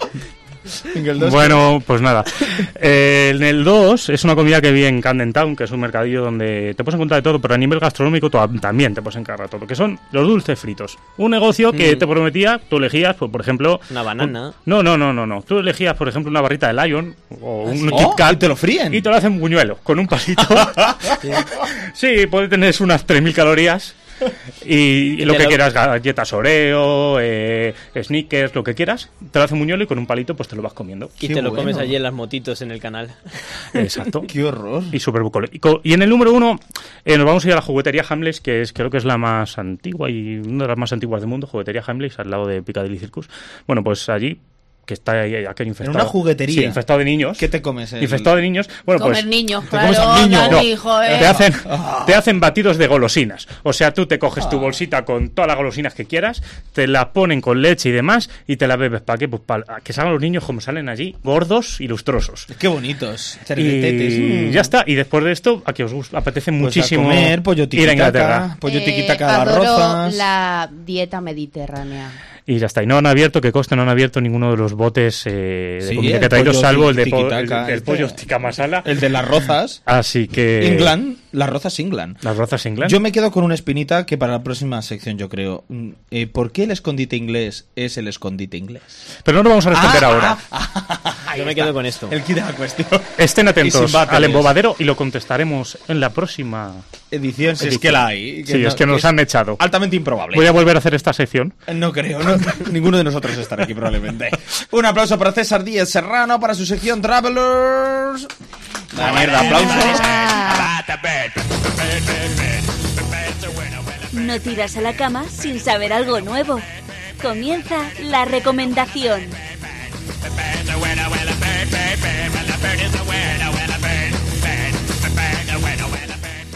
Speaker 2: el dos.
Speaker 13: Bueno, pues nada. Eh, en el 2 es una comida que vi en Camden Town, que es un mercadillo donde te puedes encontrar de todo, pero a nivel gastronómico to- también te puedes encargar todo, que son los dulces fritos. Un negocio que
Speaker 3: Mm.
Speaker 13: te prometía, tú elegías, pues, por ejemplo...
Speaker 3: Una banana.
Speaker 13: un- no, no, no, no, no. Tú elegías, por ejemplo, una barrita de Lion o
Speaker 3: Ah,
Speaker 13: un
Speaker 3: sí.
Speaker 13: Kit
Speaker 3: Oh,
Speaker 13: Kat
Speaker 2: y te lo fríen.
Speaker 13: Y te lo hacen buñuelo, con un pasito. sí, puede tener unas 3.000 calorías. Y, y lo
Speaker 3: te
Speaker 13: que
Speaker 3: lo-
Speaker 13: quieras, galletas Oreo, eh, sneakers, lo que quieras, te lo hace muñuelo y con un palito pues te lo vas comiendo.
Speaker 3: Y te lo comes allí en las motitos en el canal.
Speaker 13: Exacto.
Speaker 2: Qué horror.
Speaker 13: Y súper bucólico. Y en el número uno eh, nos vamos a ir a la juguetería Hamleys, que es creo que es la más antigua y una de las más antiguas del mundo, juguetería Hamleys, al lado de Piccadilly Circus. Bueno, pues allí que está ahí, aquel infectado.
Speaker 2: una juguetería.
Speaker 13: Sí, infectado de niños.
Speaker 2: ¿Qué te comes? el-
Speaker 13: Infectado de niños. Bueno,
Speaker 4: Comer
Speaker 13: pues
Speaker 4: niños,
Speaker 13: te
Speaker 4: claro,
Speaker 13: comes al niño.
Speaker 4: Dani,
Speaker 13: No,
Speaker 4: joder.
Speaker 13: te hacen te hacen batidos de golosinas. O sea, tú te coges
Speaker 4: Ah.
Speaker 13: tu bolsita con todas las golosinas que quieras, te la ponen con leche y demás y te la bebes para que pues para que salgan los niños como salen allí, gordos y lustrosos.
Speaker 2: Qué bonitos. Cervetetes.
Speaker 13: Y
Speaker 2: mm.
Speaker 13: ya está. Y después de esto, a que os gusta, apetece
Speaker 2: Pues a
Speaker 13: muchísimo
Speaker 2: comer, pollo
Speaker 13: ir a
Speaker 2: tiquitaca,
Speaker 13: Inglaterra.
Speaker 2: pollo
Speaker 4: Eh,
Speaker 2: tiquitaca a las
Speaker 4: adoro
Speaker 2: rozas.
Speaker 4: la dieta mediterránea.
Speaker 13: Y ya está. Y no han abierto, que coste, no han abierto ninguno de los botes eh, de
Speaker 2: Sí,
Speaker 13: comida
Speaker 2: el
Speaker 13: que ha traído,
Speaker 2: pollo
Speaker 13: salvo el de po- el,
Speaker 2: tiquitaca,
Speaker 13: del
Speaker 2: este.
Speaker 13: pollo tikka masala.
Speaker 2: El de las rozas.
Speaker 13: Así que.
Speaker 2: England, las rozas England.
Speaker 13: Las rozas Eh. England.
Speaker 2: Yo me quedo con una espinita que para la próxima sección yo creo. Mm, eh, ¿Por qué el escondite inglés es el escondite inglés?
Speaker 13: Pero no lo vamos a
Speaker 2: Ah,
Speaker 13: responder ahora.
Speaker 3: Yo me quedo con esto.
Speaker 2: El kit de la cuestión.
Speaker 13: Estén
Speaker 2: Y
Speaker 13: atentos
Speaker 2: sin baterías.
Speaker 13: al embobadero y lo contestaremos en la próxima.
Speaker 2: Edición, si es
Speaker 13: edición.
Speaker 2: que la hay.
Speaker 13: sí, es que nos han echado.
Speaker 2: Altamente improbable.
Speaker 13: Voy a volver a hacer esta sección.
Speaker 2: No creo, no- ninguno de nosotros estará aquí probablemente. Un aplauso para César Díez Serrano para su sección Travelers. La mierda, aplausos.
Speaker 1: No tiras a la cama sin saber algo nuevo. Comienza la recomendación.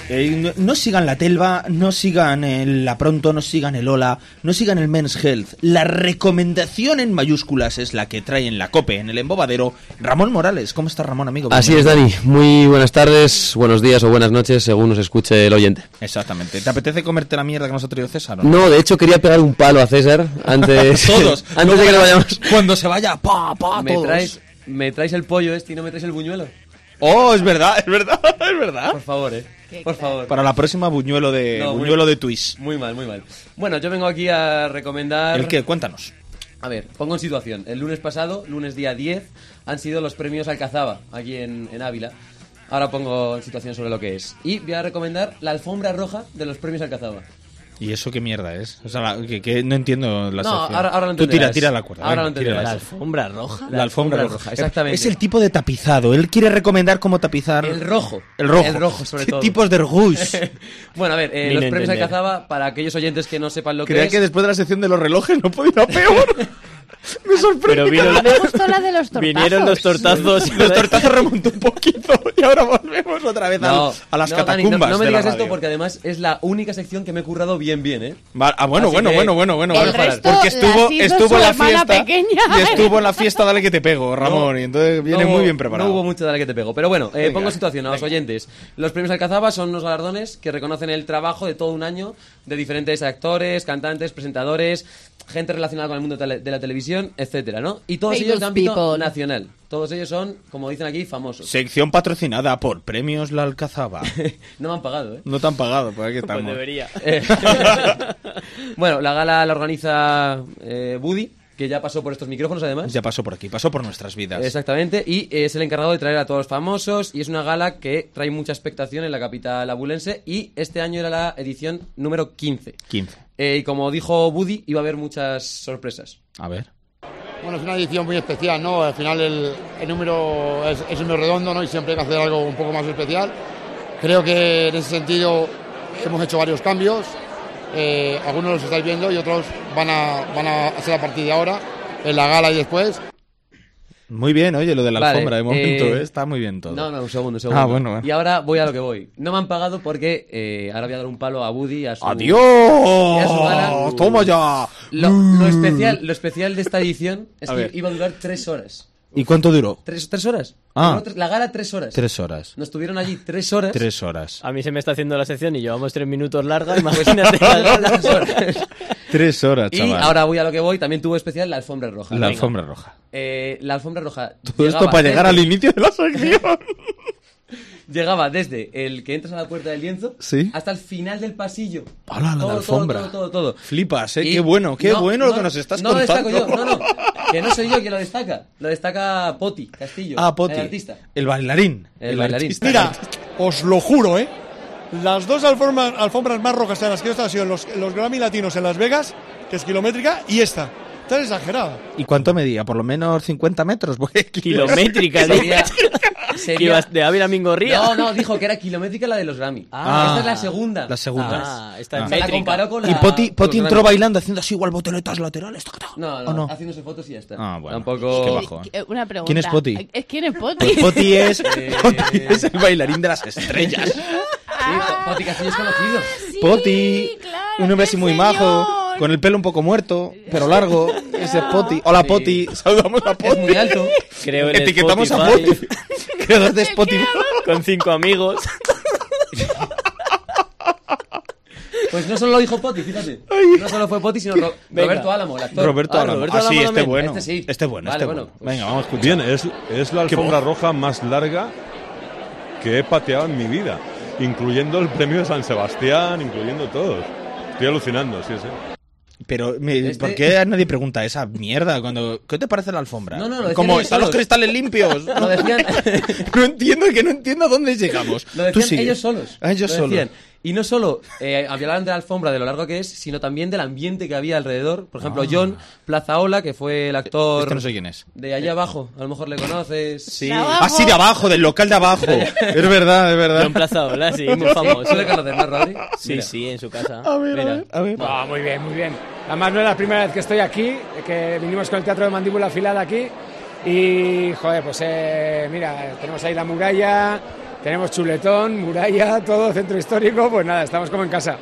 Speaker 2: Eh, no, no sigan la Telva, no sigan el La Pronto, no sigan el Hola, no sigan el Men's Health. La recomendación en mayúsculas es la que trae en la COPE, en el embobadero, Ramón Morales. ¿Cómo está Ramón, amigo?
Speaker 14: Así es, Dani. Muy buenas tardes, buenos días o buenas noches, según nos escuche el oyente.
Speaker 2: Exactamente. ¿Te apetece comerte la mierda que nos ha traído César? o
Speaker 14: No, de hecho quería pegar un palo a César antes,
Speaker 2: Todos.
Speaker 14: antes de que
Speaker 2: Luego,
Speaker 14: nos vayamos.
Speaker 2: Cuando se vaya, pa, pa,
Speaker 15: ¿Me
Speaker 2: todos.
Speaker 15: traes, ¿Me traes el pollo este y no me traes el buñuelo?
Speaker 2: Oh, es verdad, es verdad, es verdad.
Speaker 15: Por favor, eh. Por favor.
Speaker 2: Para la próxima, buñuelo de,
Speaker 15: No, muy-
Speaker 2: buñuelo de Twist.
Speaker 15: Muy mal, muy mal. Bueno, yo vengo aquí a recomendar...
Speaker 2: ¿El qué? Cuéntanos.
Speaker 15: A ver, pongo en situación. El lunes pasado, lunes día 10, han sido los premios Alcazaba, aquí en, en Ávila.
Speaker 11: Ahora pongo en situación sobre lo que es. Y voy a recomendar la alfombra roja de los premios Alcazaba.
Speaker 2: ¿Y eso qué mierda es? O sea, la- que, que no entiendo la
Speaker 11: No,
Speaker 2: sección.
Speaker 11: ahora- ahora lo
Speaker 2: Tú tira,
Speaker 11: entenderás.
Speaker 2: tira la cuerda.
Speaker 11: Ahora
Speaker 2: venga,
Speaker 11: lo entenderás.
Speaker 2: tírala.
Speaker 11: ¿La alfombra roja?
Speaker 2: La alfombra roja,
Speaker 11: exactamente.
Speaker 2: Es el tipo de tapizado. Él quiere recomendar cómo tapizar.
Speaker 11: El rojo.
Speaker 2: El rojo.
Speaker 11: El rojo, sobre
Speaker 2: ¿Qué
Speaker 11: todo.
Speaker 2: Tipos de rouge.
Speaker 11: bueno, a ver, eh,
Speaker 2: Ni
Speaker 11: los
Speaker 2: no
Speaker 11: premios
Speaker 2: entender.
Speaker 11: Alcazaba, para aquellos oyentes que no sepan lo
Speaker 2: Creía
Speaker 11: que
Speaker 2: que
Speaker 11: es...
Speaker 2: después de la sección de los relojes no podía ir a peor. Me sorprende.
Speaker 11: Pero vino
Speaker 2: cada
Speaker 11: la-
Speaker 2: vez.
Speaker 4: Justo la de los tortazos.
Speaker 3: Vinieron los tortazos.
Speaker 2: los tortazos remontó un poquito y ahora volvemos otra vez al- a las
Speaker 11: no, Dani,
Speaker 2: catacumbas.
Speaker 11: no, no me
Speaker 2: de la
Speaker 11: digas esto
Speaker 2: radio.
Speaker 11: porque además es la única sección que me he currado bien, bien, ¿eh?
Speaker 2: Vale, ah, bueno,
Speaker 11: Así
Speaker 2: bueno,
Speaker 11: que-
Speaker 2: bueno, bueno, bueno,
Speaker 11: El
Speaker 2: bueno.
Speaker 11: resto
Speaker 2: Porque
Speaker 11: la
Speaker 2: estuvo,
Speaker 11: hizo
Speaker 2: estuvo
Speaker 11: su
Speaker 2: en la
Speaker 11: hermana
Speaker 2: fiesta.
Speaker 11: pequeña. ¿eh?
Speaker 2: Y estuvo en la fiesta, dale que te pego, Ramón. y entonces viene
Speaker 11: No
Speaker 2: muy
Speaker 11: hubo-
Speaker 2: bien preparado.
Speaker 11: No hubo mucho de la que te pego. Pero bueno, eh,
Speaker 2: Venga,
Speaker 11: pongo situación a los oyentes. Los premios Alcazaba son unos galardones que reconocen el trabajo de todo un año de diferentes actores, cantantes, presentadores, gente relacionada con el mundo tele- de la televisión, etcétera, ¿no? Y todos
Speaker 4: Famous
Speaker 11: ellos de ámbito
Speaker 4: people.
Speaker 11: nacional. Todos ellos son, como dicen aquí, famosos.
Speaker 2: Sección patrocinada por Premios La Alcazaba.
Speaker 11: No me han pagado, ¿eh?
Speaker 2: No te han pagado, pues aquí estamos.
Speaker 11: Eh, bueno, la gala la organiza eh, Buddy, que ya pasó por estos micrófonos además.
Speaker 2: Ya pasó por aquí, pasó por nuestras vidas.
Speaker 11: Exactamente, y es el encargado de traer a todos los famosos y es una gala que trae mucha expectación en la capital abulense y este año era la edición número 15.
Speaker 2: 15.
Speaker 11: Eh, y como dijo Buddy, iba a haber muchas sorpresas.
Speaker 2: A ver.
Speaker 16: Bueno, es una edición muy especial, ¿no? Al final el, el número es, es un número redondo, ¿no? Y siempre hay que hacer algo un poco más especial. Creo que en ese sentido hemos hecho varios cambios. Eh, algunos los estáis viendo y otros van a, van a ser a partir de ahora, en la gala y después.
Speaker 2: Muy bien, oye, lo de la
Speaker 11: Vale,
Speaker 2: alfombra de momento,
Speaker 11: eh,
Speaker 2: ¿eh? Está muy bien todo.
Speaker 11: No, no, un segundo, un segundo.
Speaker 2: Ah, bueno, bueno.
Speaker 11: Y ahora voy a lo que voy. No me han pagado porque eh, ahora voy a dar un palo a Buddy, a su...
Speaker 2: ¡Adiós!
Speaker 11: y a su gala.
Speaker 2: ¡Toma ya!
Speaker 11: Lo, lo especial, lo especial de esta edición es
Speaker 2: A
Speaker 11: que
Speaker 2: ver.
Speaker 11: iba a durar tres horas.
Speaker 2: ¿Y cuánto duró?
Speaker 11: ¿Tres, tres horas?
Speaker 2: Ah.
Speaker 11: Duró tres- La gala tres horas.
Speaker 2: Tres horas.
Speaker 11: Nos tuvieron allí tres horas.
Speaker 2: Tres horas.
Speaker 3: A mí se me está haciendo la sección y llevamos tres minutos larga, imagínate. la- la- las horas.
Speaker 2: Tres horas,
Speaker 11: Y
Speaker 2: chaval.
Speaker 11: ahora voy a lo que voy, también tuvo especial la alfombra roja.
Speaker 2: La alfombra roja.
Speaker 11: Eh, la alfombra roja.
Speaker 2: Todo esto para llegar al inicio de la sección.
Speaker 11: Llegaba desde el que entras a la puerta del lienzo
Speaker 2: Sí.
Speaker 11: hasta el final del pasillo.
Speaker 2: Hola, la de
Speaker 11: Todo, todo,
Speaker 2: alfombra.
Speaker 11: Todo, todo, todo.
Speaker 2: Flipas, ¿eh?
Speaker 11: Y
Speaker 2: Qué bueno, qué
Speaker 11: no,
Speaker 2: bueno lo
Speaker 11: no,
Speaker 2: que nos estás
Speaker 11: no
Speaker 2: contando.
Speaker 11: lo destaco yo, no, no. Que no soy yo quien lo destaca. Lo destaca Poti Castillo.
Speaker 2: Ah, Poti.
Speaker 11: El artista.
Speaker 2: El bailarín.
Speaker 11: El bailarín.
Speaker 2: artista.
Speaker 17: Mira, os lo juro, ¿eh? Las dos alfombras, alfombras más rojas en las que yo he estado han sido los, los Grammy Latinos en Las Vegas, que es kilométrica, y esta. Está exagerada.
Speaker 2: ¿Y cuánto medía? ¿Por lo menos 50 metros? pues, Porque-
Speaker 3: Kilométrica,
Speaker 11: Sería-
Speaker 3: Que
Speaker 11: Sería...
Speaker 3: ibas de Ávila a Mingorría.
Speaker 11: No, no, dijo que era kilométrica la de los Grammy.
Speaker 2: Ah.
Speaker 11: esta es la segunda.
Speaker 2: La segunda.
Speaker 11: Ah,
Speaker 3: esta
Speaker 2: es
Speaker 11: O sea, la
Speaker 2: métrica.
Speaker 11: comparó con la.
Speaker 2: Y Poti,
Speaker 11: con
Speaker 2: Poti
Speaker 11: los
Speaker 2: entró
Speaker 11: Grammy.
Speaker 2: bailando, haciendo así igual boteletas laterales. tac, tac.
Speaker 11: No,
Speaker 2: ¿O
Speaker 11: no,
Speaker 2: no?
Speaker 11: haciéndose fotos y ya está.
Speaker 2: Ah, bueno.
Speaker 11: Tampoco.
Speaker 2: Qué bajón.
Speaker 5: Eh, Una pregunta.
Speaker 2: ¿Quién es Poti?
Speaker 5: Eh, ¿Quién es Poti?
Speaker 2: Pues Poti es,
Speaker 11: Eh,
Speaker 2: Poti es el bailarín de las estrellas.
Speaker 11: Sí, Pati Castillo es conocido.
Speaker 2: Poti, un hombre así muy majo, con el pelo un poco muerto, pero largo. Ese es Poti. Hola,
Speaker 11: Sí.
Speaker 2: Poti. Saludamos a Poti.
Speaker 11: muy alto.
Speaker 3: Creo en
Speaker 2: Etiquetamos a
Speaker 3: Spotify.
Speaker 2: Poti. Creador de Spotify.
Speaker 3: Con cinco amigos.
Speaker 11: Pues no solo lo dijo Poti, fíjate. No solo fue Poti, sino Ro-
Speaker 3: Venga.
Speaker 11: Roberto Álamo, el actor.
Speaker 2: Roberto
Speaker 11: Ah,
Speaker 2: Álamo. Ah, sí,
Speaker 11: Álamo
Speaker 2: este
Speaker 11: también.
Speaker 2: bueno.
Speaker 11: Este sí.
Speaker 2: Este bueno,
Speaker 11: Vale,
Speaker 2: este
Speaker 11: bueno. pues
Speaker 2: bueno. Venga, vamos a escuchar.
Speaker 18: Bien, es, es la
Speaker 2: Qué
Speaker 18: alfombra roja más larga que he pateado en mi vida, incluyendo el premio de San Sebastián, incluyendo todos. Estoy alucinando, sí, sí.
Speaker 2: Pero, me-
Speaker 11: Este
Speaker 2: ¿por qué a nadie pregunta esa mierda? Cuando, ¿Qué te parece la alfombra?
Speaker 11: No, no, lo decían
Speaker 2: Como
Speaker 11: ellos
Speaker 2: están los
Speaker 11: solos.
Speaker 2: cristales limpios.
Speaker 11: Lo decían,
Speaker 2: no entiendo, que no entiendo a dónde llegamos.
Speaker 11: lo
Speaker 2: Tú
Speaker 11: decían
Speaker 2: sigue.
Speaker 11: ellos solos.
Speaker 2: Ah, ellos
Speaker 11: Lo
Speaker 2: solos.
Speaker 11: decían. Y no solo eh, hablaban de la alfombra, de lo largo que es, sino también del ambiente que había alrededor. Por ejemplo,
Speaker 2: Ah.
Speaker 11: John Plazaola, que fue el actor.
Speaker 2: Este no sé quién es.
Speaker 11: De allá abajo, a lo mejor le conoces. Sí.
Speaker 2: Así Ah, de abajo, del local de abajo. es verdad, es verdad.
Speaker 3: John Plazaola, sí, muy famoso.
Speaker 11: Pues ¿Tú le conoces, no, Rodri?
Speaker 3: Sí,
Speaker 11: Mira.
Speaker 3: sí, en su casa.
Speaker 2: Ah,
Speaker 11: A ver,
Speaker 3: Mira.
Speaker 2: eh.
Speaker 6: No, Ah, muy bien, muy bien. Además, no es la primera vez que estoy aquí, que vinimos con el Teatro de Mandíbula Afilada aquí. Y, joder, pues eh, mira, tenemos ahí la muralla, tenemos chuletón, muralla, todo centro histórico. Pues nada, estamos como en casa.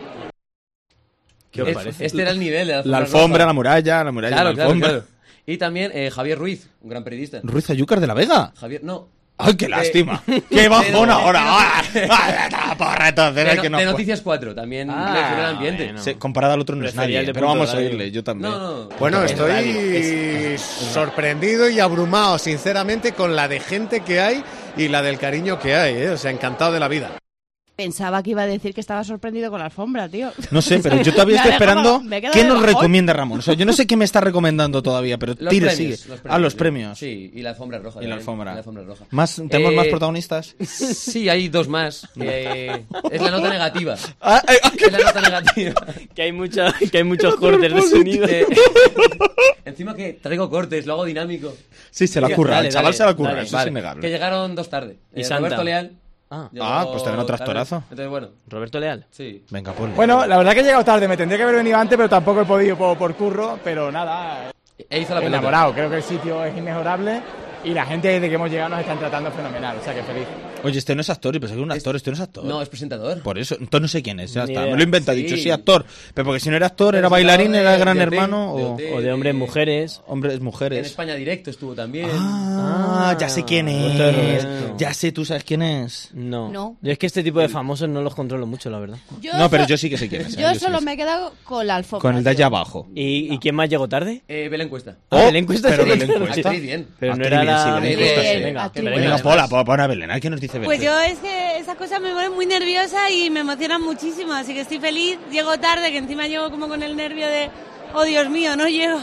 Speaker 2: ¿Qué os
Speaker 11: Es-
Speaker 2: parece?
Speaker 11: Este era el nivel. de
Speaker 2: La alfombra,
Speaker 11: roja.
Speaker 2: la muralla, la muralla,
Speaker 11: Claro,
Speaker 2: la
Speaker 11: claro,
Speaker 2: alfombra.
Speaker 11: claro. Y también eh, Javier Ruiz, un gran periodista.
Speaker 2: Ruiz Ayúcar de la Vega.
Speaker 11: Javier, no.
Speaker 2: ¡Ay, qué
Speaker 11: De-
Speaker 2: lástima!
Speaker 11: de-
Speaker 2: ¡Qué bajón
Speaker 11: de-
Speaker 2: ahora! ¡Ah!
Speaker 11: de-
Speaker 2: ¡Ah, porra, entonces,
Speaker 11: de,
Speaker 2: es que no
Speaker 11: de
Speaker 2: puedo.
Speaker 11: Noticias 4, también
Speaker 2: Ah,
Speaker 11: le genera ambiente.
Speaker 2: Sí, comparado al otro no es
Speaker 11: Prefería el
Speaker 2: nadie,
Speaker 11: de
Speaker 2: pero
Speaker 11: Punto
Speaker 2: vamos a
Speaker 11: Radio.
Speaker 2: oírle, yo también.
Speaker 11: No, no.
Speaker 19: Bueno,
Speaker 2: Es radio,
Speaker 19: estoy sorprendido y abrumado, sinceramente, con la de gente que hay y la del cariño que hay. ¿eh? O sea, encantado de la vida.
Speaker 5: Pensaba que iba a decir que estaba sorprendido con la alfombra, tío.
Speaker 2: No sé, pero yo
Speaker 5: Me
Speaker 2: todavía
Speaker 5: ha
Speaker 2: estoy
Speaker 5: dejado-
Speaker 2: esperando
Speaker 5: me he quedado
Speaker 2: qué
Speaker 5: de
Speaker 2: nos
Speaker 5: bajón.
Speaker 2: recomienda Ramón. O sea, yo no sé qué me está recomendando todavía, pero
Speaker 11: Los
Speaker 2: tire,
Speaker 11: premios,
Speaker 2: sigue.
Speaker 11: los
Speaker 2: A los
Speaker 11: sí.
Speaker 2: premios.
Speaker 11: Sí, y la alfombra roja.
Speaker 2: Y la
Speaker 11: también,
Speaker 2: alfombra.
Speaker 11: roja. Eh,
Speaker 2: Más- ¿tenemos más protagonistas?
Speaker 11: Sí, hay dos más. Eh, es la nota negativa.
Speaker 2: Ah, eh, ah,
Speaker 11: es la nota negativa.
Speaker 3: Que hay, mucha, que hay muchos cortes de sonido.
Speaker 11: Eh, encima que traigo cortes, lo hago dinámico.
Speaker 2: Sí, se la
Speaker 11: Mira,
Speaker 2: curra,
Speaker 11: dale,
Speaker 2: el chaval
Speaker 11: dale,
Speaker 2: se la curra,
Speaker 11: dale,
Speaker 2: eso es innegable.
Speaker 11: Que llegaron dos tarde.
Speaker 3: Y
Speaker 11: Eh,
Speaker 3: Santa.
Speaker 11: Roberto Leal.
Speaker 3: Ah.
Speaker 11: llegó
Speaker 2: Ah, pues tendrá un
Speaker 11: tarde.
Speaker 2: tractorazo.
Speaker 11: Entonces, bueno.
Speaker 3: ¿Roberto Leal?
Speaker 11: Sí.
Speaker 2: Venga, ponle.
Speaker 6: Bueno, la verdad que he llegado tarde, me tendría que haber venido antes, pero tampoco he podido por, por curro, pero nada.
Speaker 11: E hizo la pelota.
Speaker 6: enamorado, creo que el sitio es inmejorable y la gente desde que hemos llegado nos están tratando fenomenal, o sea que feliz.
Speaker 2: Oye, este no es actor, y pensé que era un actor, este no es actor.
Speaker 11: No, es presentador.
Speaker 2: Por eso, entonces no sé quién es, ya
Speaker 3: Ni
Speaker 2: está.
Speaker 3: idea.
Speaker 2: Me lo inventa, he dicho,
Speaker 3: Sí.
Speaker 2: sí, actor. Pero porque si no era actor, era bailarín, era gran hermano o...
Speaker 3: o de hombres mujeres.
Speaker 2: Hombres,
Speaker 11: En
Speaker 2: mujeres.
Speaker 11: España Directo estuvo también.
Speaker 2: Ah, ya sé quién
Speaker 3: Roberto de
Speaker 2: es.
Speaker 3: Roberto.
Speaker 2: Ya sé, ¿tú sabes quién es?
Speaker 3: No.
Speaker 5: No.
Speaker 3: Yo es que este tipo de famosos no los controlo mucho, la verdad.
Speaker 5: Yo No, pero so- yo sí
Speaker 2: que sé quién es,
Speaker 5: Yo solo me he quedado con la alfombra.
Speaker 2: Con el de allá abajo.
Speaker 3: ¿Y, y quién más llegó tarde?
Speaker 11: Eh, Belén Cuesta.
Speaker 2: Oh,
Speaker 3: Belén Cuesta
Speaker 2: pero
Speaker 3: llegó
Speaker 2: Belén
Speaker 3: tarde.
Speaker 2: Cuesta.
Speaker 11: Actriz bien.
Speaker 3: Pero no
Speaker 2: Actriz
Speaker 3: era
Speaker 2: bien,
Speaker 3: la...
Speaker 2: sí, Belén
Speaker 11: Belén,
Speaker 2: Cuesta, sí.
Speaker 11: Belén,
Speaker 2: Venga,
Speaker 11: actriz
Speaker 2: Belén,
Speaker 11: bien.
Speaker 2: venga, pola, po- pon a Belén, a ver qué nos dice Belén.
Speaker 4: Pues yo es que esas cosas me ponen muy nerviosa y me emocionan muchísimo, así que estoy feliz. Llego tarde, que encima llego como con el nervio de, oh Dios mío, no llego.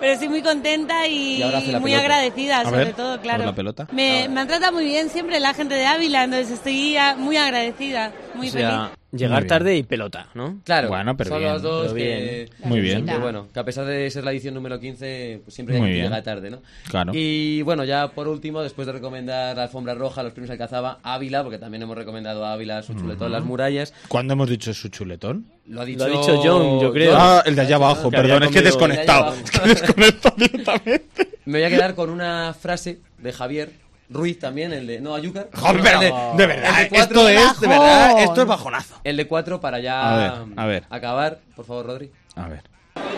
Speaker 4: Pero estoy muy contenta y,
Speaker 2: Y ahora hace la
Speaker 4: muy
Speaker 2: pelota.
Speaker 4: agradecida,
Speaker 2: A
Speaker 4: sobre
Speaker 2: ver,
Speaker 4: todo,
Speaker 2: a
Speaker 4: claro.
Speaker 2: ver la pelota.
Speaker 4: Me, me han tratado muy bien siempre la gente de Ávila, entonces estoy ah, muy agradecida, muy
Speaker 3: O sea,
Speaker 4: feliz.
Speaker 3: llegar
Speaker 2: Muy bien.
Speaker 3: tarde y pelota, ¿no?
Speaker 11: Claro.
Speaker 2: Bueno, pero
Speaker 11: son
Speaker 2: bien, ¿eh?
Speaker 11: los dos
Speaker 3: pero
Speaker 11: que-
Speaker 3: bien. Muy bien.
Speaker 11: Que, bueno, que a pesar de ser la edición número 15, pues siempre hay
Speaker 2: Muy
Speaker 11: que
Speaker 2: bien.
Speaker 11: llega tarde, ¿no?
Speaker 2: Claro.
Speaker 11: Y bueno, ya por último, después de recomendar la alfombra roja, los premios Alcazaba, Ávila, porque también hemos recomendado a Ávila, su chuletón,
Speaker 2: Ujú.
Speaker 11: las murallas.
Speaker 2: ¿Cuándo hemos dicho su chuletón?
Speaker 11: Lo ha dicho,
Speaker 2: Lo ha dicho John, yo creo. Ah, el de allá abajo,
Speaker 11: había
Speaker 2: perdón, es que he
Speaker 11: comido-
Speaker 2: desconectado,
Speaker 11: el de allá
Speaker 2: es que
Speaker 11: abajo.
Speaker 2: he desconectado directamente.
Speaker 11: Me voy a quedar con una frase de Javier Ruiz también, el de. No, Ayúcar.
Speaker 2: Joder,
Speaker 11: No,
Speaker 2: pero
Speaker 11: el
Speaker 2: de- de verdad,
Speaker 11: el
Speaker 2: esto es- de verdad, Bajón. esto es
Speaker 11: bajonazo. El de cuatro para ya
Speaker 2: A ver, a ver.
Speaker 11: acabar, por favor, Rodri.
Speaker 2: A ver.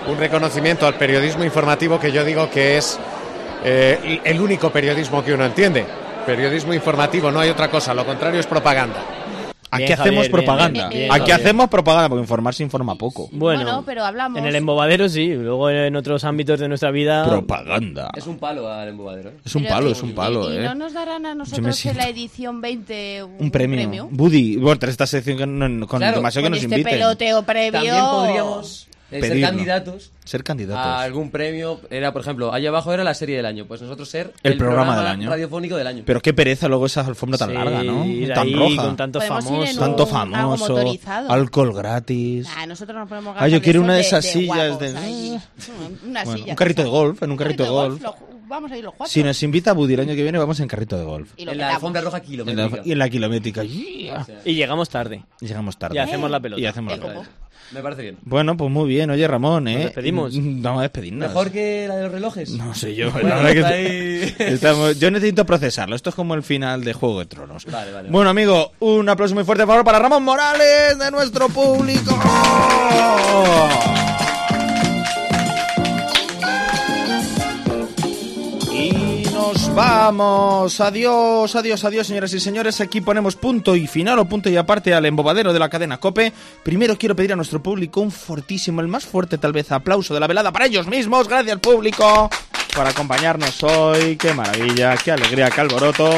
Speaker 13: Un reconocimiento al periodismo informativo que yo digo que es eh, el único periodismo que uno entiende. Periodismo informativo, no hay otra cosa, lo contrario es propaganda.
Speaker 2: Aquí hacemos propaganda. Aquí hacemos propaganda porque informar se informa poco.
Speaker 3: Bueno,
Speaker 5: Bueno, pero hablamos.
Speaker 3: en el embobadero sí, luego en otros ámbitos de nuestra vida...
Speaker 2: Propaganda.
Speaker 11: Es un palo al embobadero. ¿eh?
Speaker 2: Es un palo, es un palo,
Speaker 5: ¿Y
Speaker 2: eh.
Speaker 5: no nos darán a
Speaker 2: Yo me
Speaker 5: nosotros en
Speaker 2: siento-
Speaker 5: la edición 20 un,
Speaker 2: Un premio. Buddy, bueno, esta sección que no- con
Speaker 5: Claro,
Speaker 2: demasiado que
Speaker 5: con
Speaker 2: nos
Speaker 5: este
Speaker 2: inviten.
Speaker 5: peloteo previo.
Speaker 11: También podríamos eh, ser
Speaker 2: Pedirlo.
Speaker 11: candidatos
Speaker 2: Ser
Speaker 11: a
Speaker 2: candidatos.
Speaker 11: algún premio. Era, por ejemplo, allá abajo era la serie del año. Pues nosotros ser
Speaker 2: El programa del año.
Speaker 11: radiofónico del año.
Speaker 2: Pero qué pereza luego esa alfombra tan
Speaker 3: Sí,
Speaker 2: larga, ¿no?
Speaker 3: ir
Speaker 2: Tan
Speaker 3: ahí
Speaker 2: roja.
Speaker 3: con tanto Podemos ir en famoso. un-
Speaker 2: Tanto
Speaker 5: algo
Speaker 2: famoso.
Speaker 5: motorizado.
Speaker 2: Alcohol gratis.
Speaker 5: Ah, nosotros nos ponemos
Speaker 2: Ah, yo
Speaker 5: gafas
Speaker 2: quiero
Speaker 5: de
Speaker 2: una
Speaker 5: sol
Speaker 2: de esas sillas
Speaker 5: guapos
Speaker 2: de.
Speaker 5: ahí. Una
Speaker 2: Bueno,
Speaker 5: silla.
Speaker 2: un carrito de golf, en un carrito de golf.
Speaker 5: lo- Vamos a ir los cuatro.
Speaker 2: Si nos invita a Buddy el año que viene, vamos en carrito de golf.
Speaker 5: Y lo
Speaker 11: En la
Speaker 5: petamos.
Speaker 11: alfombra roja
Speaker 2: En la-
Speaker 11: kilométrica.
Speaker 2: y en la kilométrica. Yeah.
Speaker 3: Y llegamos tarde.
Speaker 2: Llegamos tarde.
Speaker 3: Y hacemos la pelota.
Speaker 2: Y hacemos la pelota.
Speaker 11: Me parece bien.
Speaker 2: Bueno, pues muy bien. Oye, Ramón, ¿eh?
Speaker 3: despedimos.
Speaker 2: Mm, Vamos a despedirnos.
Speaker 11: Mejor que la de los relojes.
Speaker 2: No sé yo.
Speaker 11: Bueno,
Speaker 2: la verdad
Speaker 11: está
Speaker 2: que-
Speaker 11: ahí.
Speaker 2: estamos- yo necesito procesarlo. Esto es como el final de Juego de Tronos.
Speaker 11: Vale, vale.
Speaker 2: Bueno, amigo, un aplauso muy fuerte, por favor, para Ramón Morales de nuestro público. Y nos vamos. Adiós, adiós, adiós, señoras y señores. Aquí ponemos punto y final o punto y aparte al embobadero de la cadena Cope. Primero quiero pedir a nuestro público un fortísimo, el más fuerte tal vez, aplauso de la velada para ellos mismos. Gracias, público, por acompañarnos hoy. Qué maravilla, qué alegría, qué alboroto.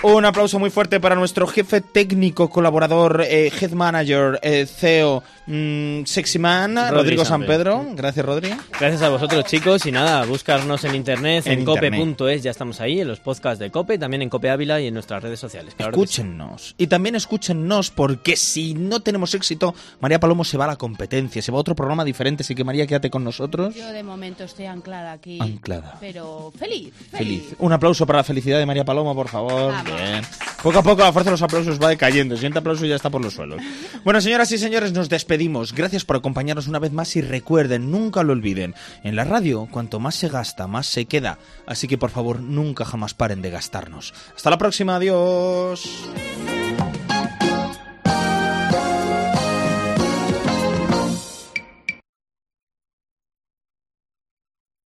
Speaker 2: Un aplauso muy fuerte para nuestro jefe técnico, colaborador, eh, head manager, eh, CEO, mm, sexy man,
Speaker 3: Rodri
Speaker 2: Rodrigo
Speaker 3: San
Speaker 2: San Pedro. Gracias, Rodrigo.
Speaker 3: Gracias a vosotros, chicos. Y nada, buscarnos en internet, en,
Speaker 2: En
Speaker 3: cope.es, ya estamos ahí, en los podcasts de Cope, también en Cope Ávila y en nuestras redes sociales. claro que sí.
Speaker 2: Escúchennos. Y también escúchennos porque si no tenemos éxito, María Palomo se va a la competencia, se va a otro programa diferente. Así que María, quédate con nosotros.
Speaker 5: Yo de momento estoy anclada aquí.
Speaker 2: Anclada.
Speaker 5: Pero feliz.
Speaker 2: Feliz. Un aplauso para la felicidad de María Paloma, por favor. Bien. Poco a poco la fuerza de los aplausos va decayendo. El siguiente aplauso ya está por los suelos. Bueno, señoras y señores, nos despedimos. Gracias por acompañarnos una vez más y recuerden, nunca lo olviden. En la radio, cuanto más se gasta, más se queda. Así que por favor, nunca jamás paren de gastarnos. Hasta la próxima. Adiós.